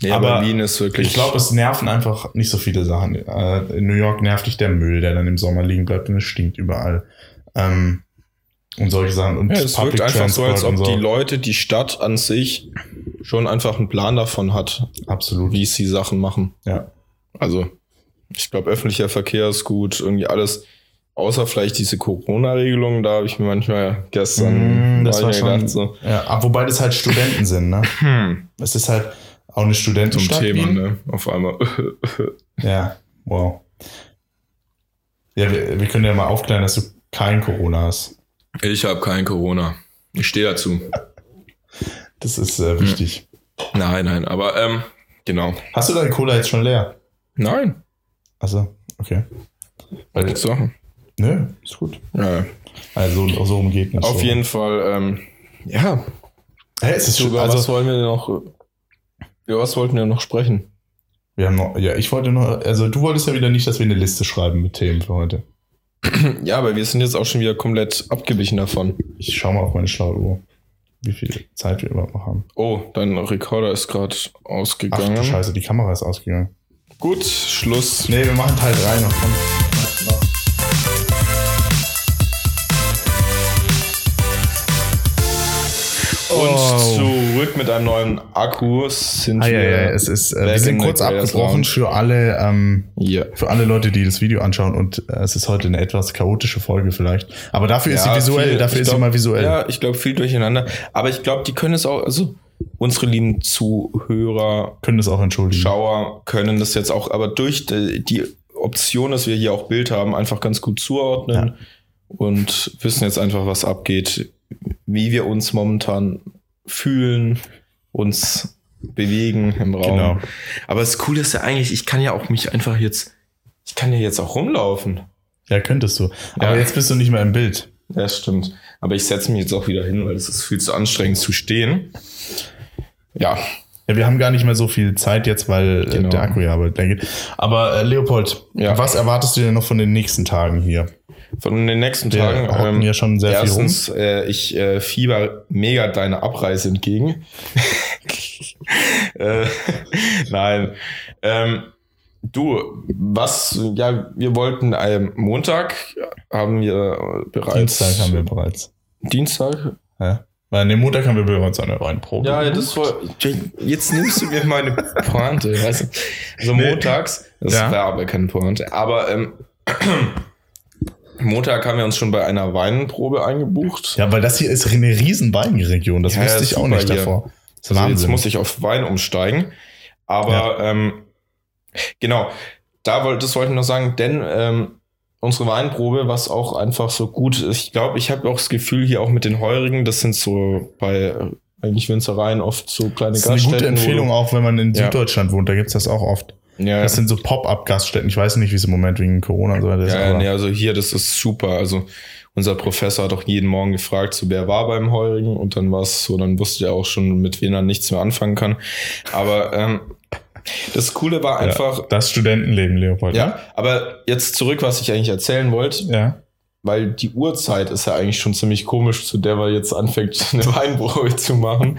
S2: Ja,
S3: Aber
S2: aber, Wien ist wirklich.
S3: Ich glaube, es nerven einfach nicht so viele Sachen. Äh, in New York nervt dich der Müll, der dann im Sommer liegen bleibt und es stinkt überall. Ähm, und solche Sachen. Und
S2: ja, es wirkt einfach so, als ob
S3: und
S2: die Leute, die Stadt an sich schon einfach einen Plan davon hat,
S3: Absolut.
S2: wie sie Sachen machen.
S3: Ja.
S2: Also, ich glaube, öffentlicher Verkehr ist gut, irgendwie alles. Außer vielleicht diese Corona-Regelungen, da habe ich mir manchmal gestern
S3: Mm, das
S2: hab ich
S3: war
S2: mir
S3: schon-
S2: so,
S3: Ja, aber wobei das halt Studenten sind, ne?
S2: hm,
S3: Es ist halt auch eine
S2: zum
S3: Studentenstadt.
S2: Thema,
S3: Wien.
S2: ne? Auf einmal.
S3: Ja, wow. Ja, wir, wir können ja mal aufklären, dass du kein Corona hast.
S2: ich habe kein Corona. Ich stehe dazu.
S3: Das ist äh, wichtig.
S2: Nein, nein, aber ähm, genau.
S3: Hast du deine Cola jetzt schon leer?
S2: Nein,
S3: Also, okay. Weil,
S2: so.
S3: nö, ist gut.
S2: Ja.
S3: Also so- so umgeht nicht.
S2: Auf
S3: so.
S2: jeden Fall, ähm, ja,
S3: Hey, es ist schon,
S2: Über was
S3: also,
S2: wollen wir denn noch? Über was wollten wir noch sprechen?
S3: wir haben noch, ja, ich wollte noch, also du wolltest ja wieder nicht, dass wir eine Liste schreiben mit Themen für heute.
S2: Ja, aber wir sind jetzt auch schon wieder komplett abgewichen davon.
S3: Ich schau mal auf meine schlaue Uhr, wie viel Zeit wir überhaupt noch haben.
S2: Oh, dein Rekorder ist gerade
S3: Ach
S2: ausgegangen.
S3: du Scheiße, die Kamera ist ausgegangen.
S2: Gut, Schluss.
S3: Nee, wir machen Teil 3 noch. Komm.
S2: Und zurück mit einem neuen Akku sind
S3: Oh. Ah, ja,
S2: wir.
S3: ja, es ist, äh, wir
S2: back
S3: sind
S2: in
S3: kurz
S2: the Creators
S3: abgebrochen
S2: Lounge.
S3: für alle, ähm,
S2: Ja.
S3: für alle Leute, die das Video anschauen und äh, es ist heute eine etwas chaotische Folge vielleicht. Aber dafür ist sie
S2: Ja,
S3: visuell,
S2: viel-
S3: dafür
S2: ich
S3: ist
S2: glaub-
S3: sie mal visuell.
S2: Ja, ich glaube viel durcheinander. Aber ich glaube, die können es auch, also unsere lieben Zuhörer,
S3: Können das auch entschuldigen.
S2: Schauer können das jetzt auch, aber durch die, die Option, dass wir hier auch Bild haben, einfach ganz gut zuordnen und wissen jetzt einfach, was abgeht, wie wir uns momentan fühlen, uns bewegen im Raum.
S3: Genau.
S2: Aber das Coole ist ja eigentlich, ich kann ja auch mich einfach jetzt, ich kann ja jetzt auch rumlaufen.
S3: Ja, könntest du. Aber
S2: Ja.
S3: jetzt bist du nicht mehr im Bild.
S2: Ja, stimmt. Aber ich setze mich jetzt auch wieder hin, weil es ist viel zu anstrengend zu stehen. Ja,
S3: Ja, wir haben gar nicht mehr so viel Zeit jetzt, weil äh,
S2: Genau.
S3: der Akku ja aber leer geht. Aber äh, Leopold,
S2: Ja.
S3: was erwartest du denn noch von den nächsten Tagen hier?
S2: von den nächsten
S3: Wir
S2: Tagen.
S3: hocken
S2: ähm,
S3: hier schon sehr viel rum.
S2: erstens, äh, ich äh, fieber mega deine Abreise entgegen. äh, nein. Ähm, du, was, ja, wir wollten ähm, Montag haben wir bereits.
S3: Dienstag haben wir bereits.
S2: Dienstag?
S3: Ja. Weil an dem Montag haben wir bereits eine neuen Probe.
S2: Ja, das war. Jetzt nimmst du mir meine Pointe. Weißt du? Also
S3: Nee.
S2: montags, das
S3: Ja.
S2: war aber keine Pointe. Aber ähm, Montag haben wir uns schon bei einer Weinprobe eingebucht.
S3: Ja, weil das hier ist eine riesen Weinregion. Das
S2: Ja,
S3: wusste
S2: das
S3: ich
S2: ist
S3: auch
S2: super
S3: nicht
S2: hier.
S3: davor. Das ist
S2: Also
S3: Wahnsinn.
S2: jetzt muss ich auf Wein umsteigen. Aber ähm, genau, da wollte das wollte ich noch sagen, denn ähm, unsere Weinprobe, was auch einfach so gut ist, ich glaube, ich habe auch das Gefühl hier auch mit den Heurigen, das sind so bei äh, eigentlich Winzereien oft so kleine
S3: das ist eine gute
S2: wo du-
S3: Empfehlung, auch wenn man in
S2: Ja.
S3: Süddeutschland wohnt. Da gibt's das auch oft.
S2: Ja,
S3: Das sind so Pop-Up-Gaststätten. Ich weiß nicht, wie es im Moment wegen Corona und so weiter ist.
S2: Ja, ja,
S3: aber
S2: nee, also hier, das ist super. Also unser Professor hat auch jeden Morgen gefragt, so wer war beim Heurigen und dann war es so, dann wusste er auch schon, mit wem er nichts mehr anfangen kann. Aber ähm, das Coole war
S3: Ja.
S2: einfach,
S3: Das Studentenleben, Leopold. ne?
S2: ja. aber jetzt zurück, was ich eigentlich erzählen wollte,
S3: Ja.
S2: weil die Uhrzeit ist ja eigentlich schon ziemlich komisch, zu der wir jetzt anfängt, eine Weinprobe zu machen.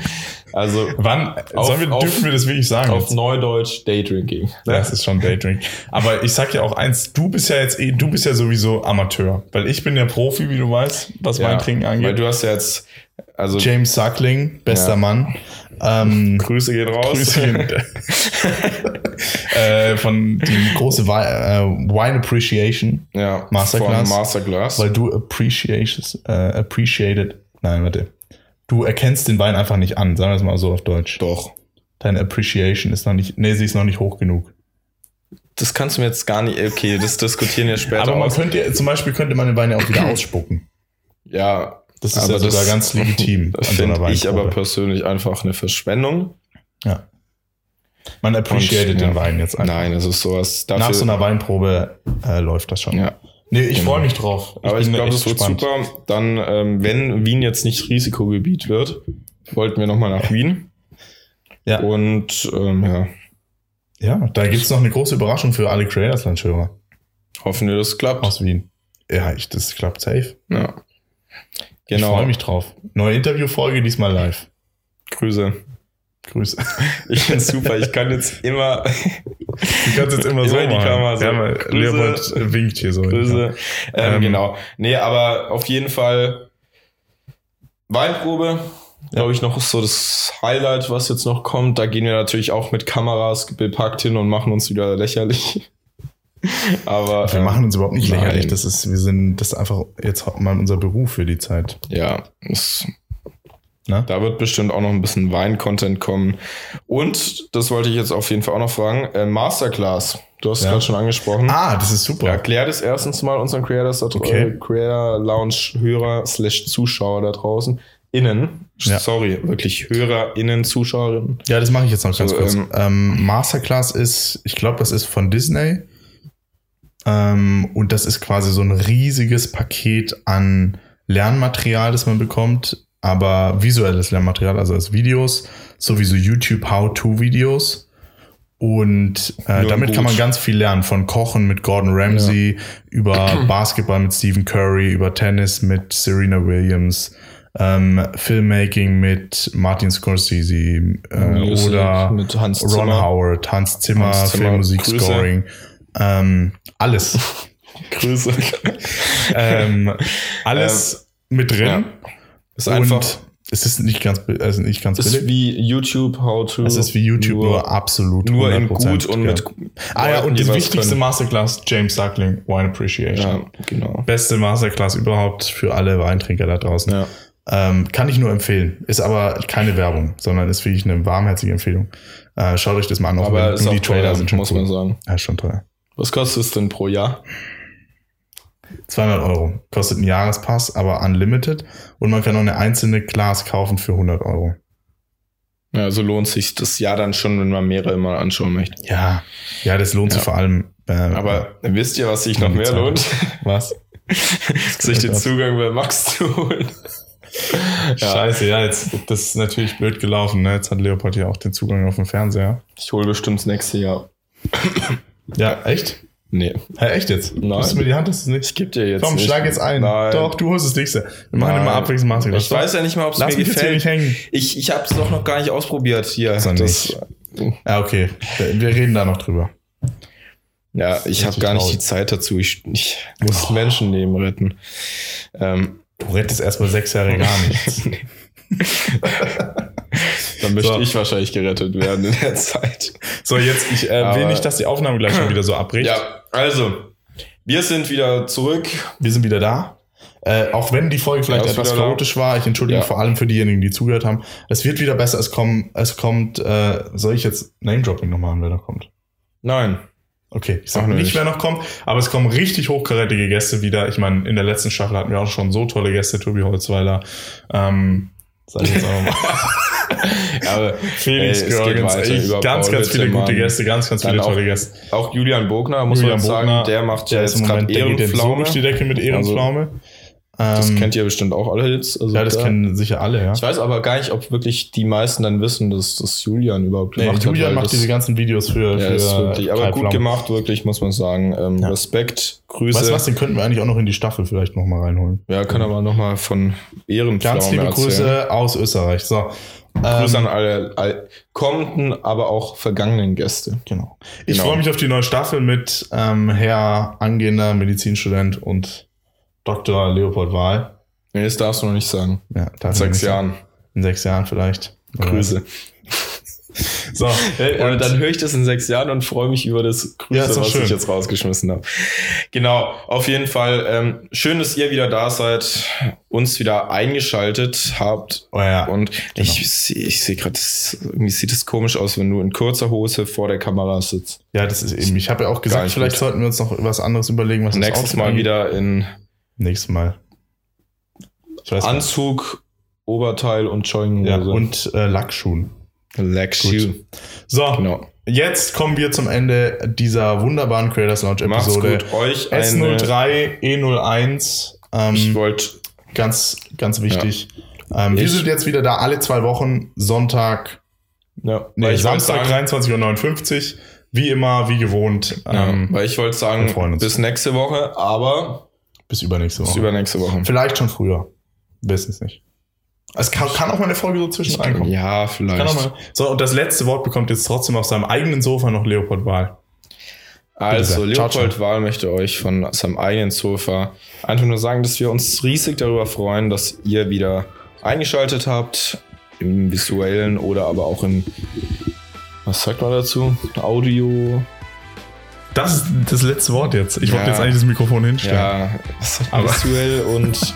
S2: Also
S3: Wann
S2: Auf-
S3: sollen wir,
S2: auf-
S3: dürfen wir das wirklich sagen?
S2: auf
S3: jetzt?
S2: Neudeutsch Daydrinking.
S3: Ja, Das ist schon Daydrink. Aber ich sag ja auch eins, du bist ja jetzt eh, du bist ja sowieso Amateur. Weil ich bin ja Profi, wie du weißt, was
S2: Ja,
S3: Weintrinken
S2: Weil
S3: angeht.
S2: du hast ja jetzt, also
S3: James Suckling, bester
S2: Ja.
S3: Mann. Ähm,
S2: Grüße gehen raus.
S3: Grüße gehen- äh, von die große Wei- äh, Wine Appreciation,
S2: ja,
S3: Masterclass.
S2: Von Masterclass.
S3: weil du appreciated, äh, appreciated, nein, warte. Du erkennst den Wein einfach nicht an, sagen wir es mal so auf Deutsch.
S2: Doch.
S3: Deine Appreciation ist noch nicht, nee, sie ist noch nicht hoch genug.
S2: Das kannst du mir jetzt gar nicht. Okay, das diskutieren wir später.
S3: Aber man
S2: aus.
S3: könnte, ja- zum Beispiel könnte man den Wein ja auch wieder ausspucken.
S2: ja,
S3: Das ist
S2: Aber
S3: ja sogar
S2: das-
S3: ganz legitim. an so einer
S2: finde ich
S3: Weinprobe.
S2: aber persönlich einfach eine Verschwendung.
S3: man appreciated
S2: Und, ja.
S3: den Wein jetzt einfach.
S2: Nein, es ist sowas. Dafür,
S3: Nach so einer Weinprobe äh, läuft das schon.
S2: ja.
S3: Nee, ich
S2: Genau.
S3: freue mich drauf.
S2: Aber ich
S3: bin
S2: glaube,
S3: echt
S2: es wird
S3: gespannt.
S2: super. Dann, ähm, wenn Wien jetzt nicht Risikogebiet wird, wollten wir nochmal nach Wien.
S3: Ja.
S2: Und ähm, ja,
S3: Ja, da gibt's noch eine große Überraschung für alle Creators Lunch-Hörer
S2: hoffen wir, das klappt.
S3: aus Wien. Ja, ich, das klappt safe.
S2: Ja.
S3: Ich
S2: Genau.
S3: freue mich drauf. Neue Interviewfolge, diesmal live.
S2: Grüße.
S3: Grüße.
S2: Ich finde super. Ich kann jetzt immer
S3: Du kannst jetzt immer
S2: so
S3: so in die
S2: machen.
S3: Kamera so.
S2: Ja, mal, Leopold,
S3: Leopold winkt hier so.
S2: Grüße. Ähm,
S3: Ähm,
S2: genau. Nee, aber auf jeden Fall Weinprobe. Glaube ich, noch ist so das Highlight, was jetzt noch kommt. Da gehen wir natürlich auch mit Kameras bepackt hin und machen uns wieder lächerlich. aber
S3: Wir
S2: ähm,
S3: machen uns überhaupt nicht
S2: Nein.
S3: lächerlich. Das ist, wir sind, das ist einfach jetzt mal unser Beruf für die Zeit.
S2: ja, es,
S3: Ne?
S2: da wird bestimmt auch noch ein bisschen Wein-Content kommen. Und das wollte ich jetzt auf jeden Fall auch noch fragen: äh, Masterclass. Du hast es
S3: Ja.
S2: gerade schon angesprochen.
S3: Ah, das ist super.
S2: Erklär das erstens mal unseren Creators da
S3: Okay.
S2: draußen, Creator Lounge Hörer slash Zuschauer da draußen. Innen.
S3: Ja.
S2: Sorry, wirklich Hörer, Innen, Zuschauerinnen.
S3: Ja, das mache ich jetzt noch ganz
S2: So,
S3: kurz.
S2: ähm,
S3: Ähm, Masterclass ist, ich glaube, das ist von Disney. Ähm, und das ist quasi so ein riesiges Paket an Lernmaterial, das man bekommt, aber visuelles Lernmaterial, also als Videos, sowieso YouTube How-To-Videos. Und äh,
S2: Nur
S3: damit
S2: gut.
S3: kann man ganz viel lernen. Von Kochen mit Gordon Ramsay, über Basketball mit Stephen Curry, über Tennis mit Serena Williams, ähm, Filmmaking mit Martin Scorsese äh,
S2: Music
S3: oder
S2: mit Hans
S3: Ron
S2: Zimmer.
S3: Howard, Hans Zimmer,
S2: Hans Zimmer,
S3: Filmmusik,
S2: Grüße.
S3: Scoring, ähm, alles.
S2: Grüße.
S3: ähm, alles mit drin.
S2: Ja. Ist einfach
S3: es ist nicht ganz, bi- also nicht ganz
S2: Es ist
S3: billig.
S2: wie YouTube How to.
S3: es ist wie YouTube nur, absolut
S2: nur in
S3: 100%,
S2: gut und
S3: ja.
S2: mit.
S3: Ah ja, und
S2: Leuten,
S3: die
S2: was
S3: wichtigste
S2: können.
S3: Masterclass, James Suckling, Wine Appreciation.
S2: Ja, genau.
S3: Beste Masterclass überhaupt für alle Weintrinker da draußen.
S2: Ja.
S3: Ähm, kann ich nur empfehlen. Ist aber keine Werbung, sondern ist wirklich eine warmherzige Empfehlung. Äh, schaut euch das mal an, auch
S2: Aber
S3: wenn
S2: es ist
S3: nur
S2: auch
S3: die Trailer
S2: teuer,
S3: sind schon
S2: muss
S3: cool.
S2: man sagen.
S3: Ja, ist schon teuer.
S2: Was kostet es denn pro Jahr?
S3: 200 Euro. Kostet ein Jahrespass, aber unlimited. Und man kann auch eine einzelne Glas kaufen für 100 Euro.
S2: Ja, so lohnt sich das Jahr dann schon, wenn man mehrere mal anschauen möchte.
S3: Ja. Ja, das lohnt sich
S2: Ja.
S3: vor allem. Äh,
S2: Aber wisst ihr, was sich noch
S3: Die
S2: mehr
S3: Zeit.
S2: lohnt?
S3: was?
S2: sich den
S3: krass.
S2: Zugang bei Max zu holen.
S3: Scheiße, ja, jetzt, das ist natürlich blöd gelaufen. Ne? Jetzt hat Leopold ja auch den Zugang auf den Fernseher.
S2: Ich hole bestimmt das nächste Jahr.
S3: Ja, echt?
S2: Nee.
S3: Hä, echt jetzt?
S2: Nein.
S3: Gibst du mir die Hand, das ist nicht.
S2: Ich geb dir jetzt.
S3: Komm,
S2: nicht.
S3: schlag jetzt ein.
S2: Nein.
S3: Doch, du holst das nächste. Wir machen
S2: Nein.
S3: immer abwechselnd Masterclass.
S2: Ich weiß ja nicht mal, ob es
S3: Lass
S2: mir
S3: mich jetzt hier nicht
S2: gefällt.
S3: hängen.
S2: Ich, ich habe es doch noch gar nicht ausprobiert hier.
S3: Ist doch nicht. Ah, okay. Wir reden da noch drüber.
S2: ja, ich habe
S3: Richtig
S2: gar nicht
S3: traurig.
S2: die Zeit dazu. Ich, ich
S3: Oh.
S2: muss Menschenleben retten. Ähm,
S3: Du rettest erstmal sechs Jahre gar nichts.
S2: dann möchte
S3: So.
S2: ich wahrscheinlich gerettet werden in der Zeit.
S3: So, jetzt, ich äh, will
S2: Aber-
S3: nicht, dass die Aufnahme gleich schon wieder so abbricht.
S2: Ja, also, wir sind wieder zurück.
S3: Wir sind wieder da. Äh, auch wenn die Folge vielleicht
S2: Ja, ist
S3: etwas
S2: wieder da.
S3: chaotisch war, ich entschuldige
S2: Ja.
S3: vor allem für diejenigen, die zugehört haben. Es wird wieder besser, es kommt, es kommt, äh, soll ich jetzt Name-Dropping noch machen, wer noch kommt?
S2: Nein.
S3: Okay, ich sag
S2: Machen wir
S3: nicht,
S2: nicht.
S3: wer noch kommt, aber es kommen richtig hochkarätige Gäste wieder. Ich meine, in der letzten Staffel hatten wir auch schon so tolle Gäste, Tobi Holzweiler, ähm, sag ich jetzt auch mal.
S2: Aber
S3: Felix
S2: Ey, es geht
S3: Görgens,
S2: weiter
S3: ey,
S2: über
S3: ganz,
S2: Paul
S3: ganz viele
S2: Wittemann.
S3: gute Gäste, ganz, ganz
S2: Dann
S3: viele
S2: auch-
S3: tolle Gäste.
S2: auch Julian Bogner, muss
S3: Julian
S2: man jetzt
S3: Bogner,
S2: sagen, der macht ja jetzt gerade
S3: der geht jetzt so
S2: Ehrenpflaume. Also,
S3: durch die Decke mit Ehrenpflaume.
S2: Das
S3: Ähm,
S2: kennt ihr bestimmt auch alle jetzt. Also
S3: ja, das
S2: da-
S3: kennen sicher alle, ja.
S2: Ich weiß aber gar nicht, ob wirklich die meisten dann wissen, dass das Julian überhaupt
S3: Nee,
S2: gemacht
S3: Julian
S2: hat. weil
S3: macht
S2: das,
S3: diese ganzen Videos für,
S2: ja,
S3: für
S2: ist wirklich, aber gut
S3: Treibflammen.
S2: gemacht, wirklich, muss man sagen. Ähm,
S3: Ja.
S2: Respekt, Grüße.
S3: Weißt du was, den könnten wir eigentlich auch noch in die Staffel vielleicht nochmal reinholen.
S2: Ja, kann aber nochmal von Ehrenpflaume
S3: Ganz liebe
S2: erzählen.
S3: Grüße aus Österreich. So.
S2: Grüße
S3: ähm,
S2: an alle, all, kommenden, aber auch vergangenen Gäste.
S3: Genau. Ich
S2: Genau.
S3: freue mich auf die neue Staffel mit ähm, Herr angehender Medizinstudent und Dr. Leopold Wahl.
S2: Nee, das darfst du noch nicht sagen.
S3: Ja,
S2: In
S3: tatsächlich.
S2: sechs Jahren.
S3: In sechs Jahren vielleicht.
S2: Grüße.
S3: So, äh,
S2: und Äh, dann höre ich das in sechs Jahren und freue mich über das Grüße,
S3: Ja, ist doch
S2: was
S3: schön.
S2: ich jetzt rausgeschmissen habe. Genau, auf jeden Fall. Ähm, schön, dass ihr wieder da seid, uns wieder eingeschaltet habt.
S3: oh ja.
S2: Und ich, seh- ich sehe gerade, irgendwie sieht es komisch aus, wenn du in kurzer Hose vor der Kamera sitzt.
S3: ja, das ist eben. Ich habe ja auch gesagt,
S2: nicht
S3: vielleicht
S2: gut.
S3: sollten wir uns noch was anderes überlegen, was uns
S2: Nächstes Mal
S3: auffällt.
S2: wieder in
S3: Nächstes Mal. Ich weiß nicht.
S2: Anzug, Oberteil und Jogginghose.
S3: ja, und äh, Lackschuhen.
S2: Leg Shoe.
S3: So,
S2: Genau.
S3: jetzt kommen wir zum Ende dieser wunderbaren Creators Lounge
S2: Macht's
S3: Episode.
S2: gut. Euch eine,
S3: S03 E01. Ähm,
S2: Ich wollte
S3: Ganz, ganz wichtig. Ähm, wir
S2: Ich-
S3: sind jetzt wieder da alle zwei Wochen, Sonntag,
S2: ja,
S3: nee,
S2: weil ich wollte
S3: Samstag
S2: sagen,
S3: 23.59 Uhr. Wie immer, wie gewohnt.
S2: Ja,
S3: Ähm,
S2: weil ich wollte
S3: wir freuen
S2: sagen,
S3: uns.
S2: bis nächste Woche, aber
S3: bis übernächste
S2: bis
S3: Woche.
S2: übernächste Woche.
S3: Vielleicht schon früher. Wissen es nicht. Es kann, kann auch mal eine Folge so zwischen reinkommen.
S2: Ja,
S3: Kann auch
S2: vielleicht.
S3: mal. So, und das letzte Wort bekommt jetzt trotzdem auf seinem eigenen Sofa noch Leopold Wahl.
S2: Also,
S3: Bitte sehr. Ciao,
S2: Leopold Wahl möchte euch von seinem eigenen Sofa einfach nur sagen, dass wir uns riesig darüber freuen, dass ihr wieder eingeschaltet habt. Im visuellen oder aber auch im, was sagt man dazu? Audio.
S3: Das ist das letzte Wort jetzt. Ich wollte
S2: Ja.
S3: jetzt eigentlich das Mikrofon hinstellen.
S2: Ja, was sagt man?
S3: Aber-
S2: visuell und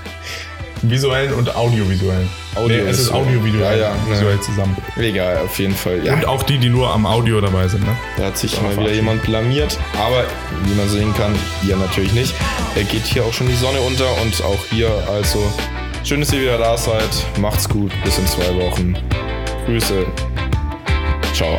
S3: Visuellen und audiovisuellen.
S2: Audio.
S3: nee, es ist
S2: so.
S3: audiovisuell
S2: Ja, ja,
S3: visuell zusammen.
S2: ne. Egal, auf jeden Fall. Ja,
S3: Und auch die, die nur am Audio dabei sind. Ne?
S2: Da hat sich mal wieder
S3: verabschieden.
S2: jemand blamiert, aber wie man sehen kann, ihr natürlich nicht. Er geht hier auch schon die Sonne unter und auch hier, also schön, dass ihr wieder da seid. Macht's gut, bis in zwei Wochen. Grüße. Ciao.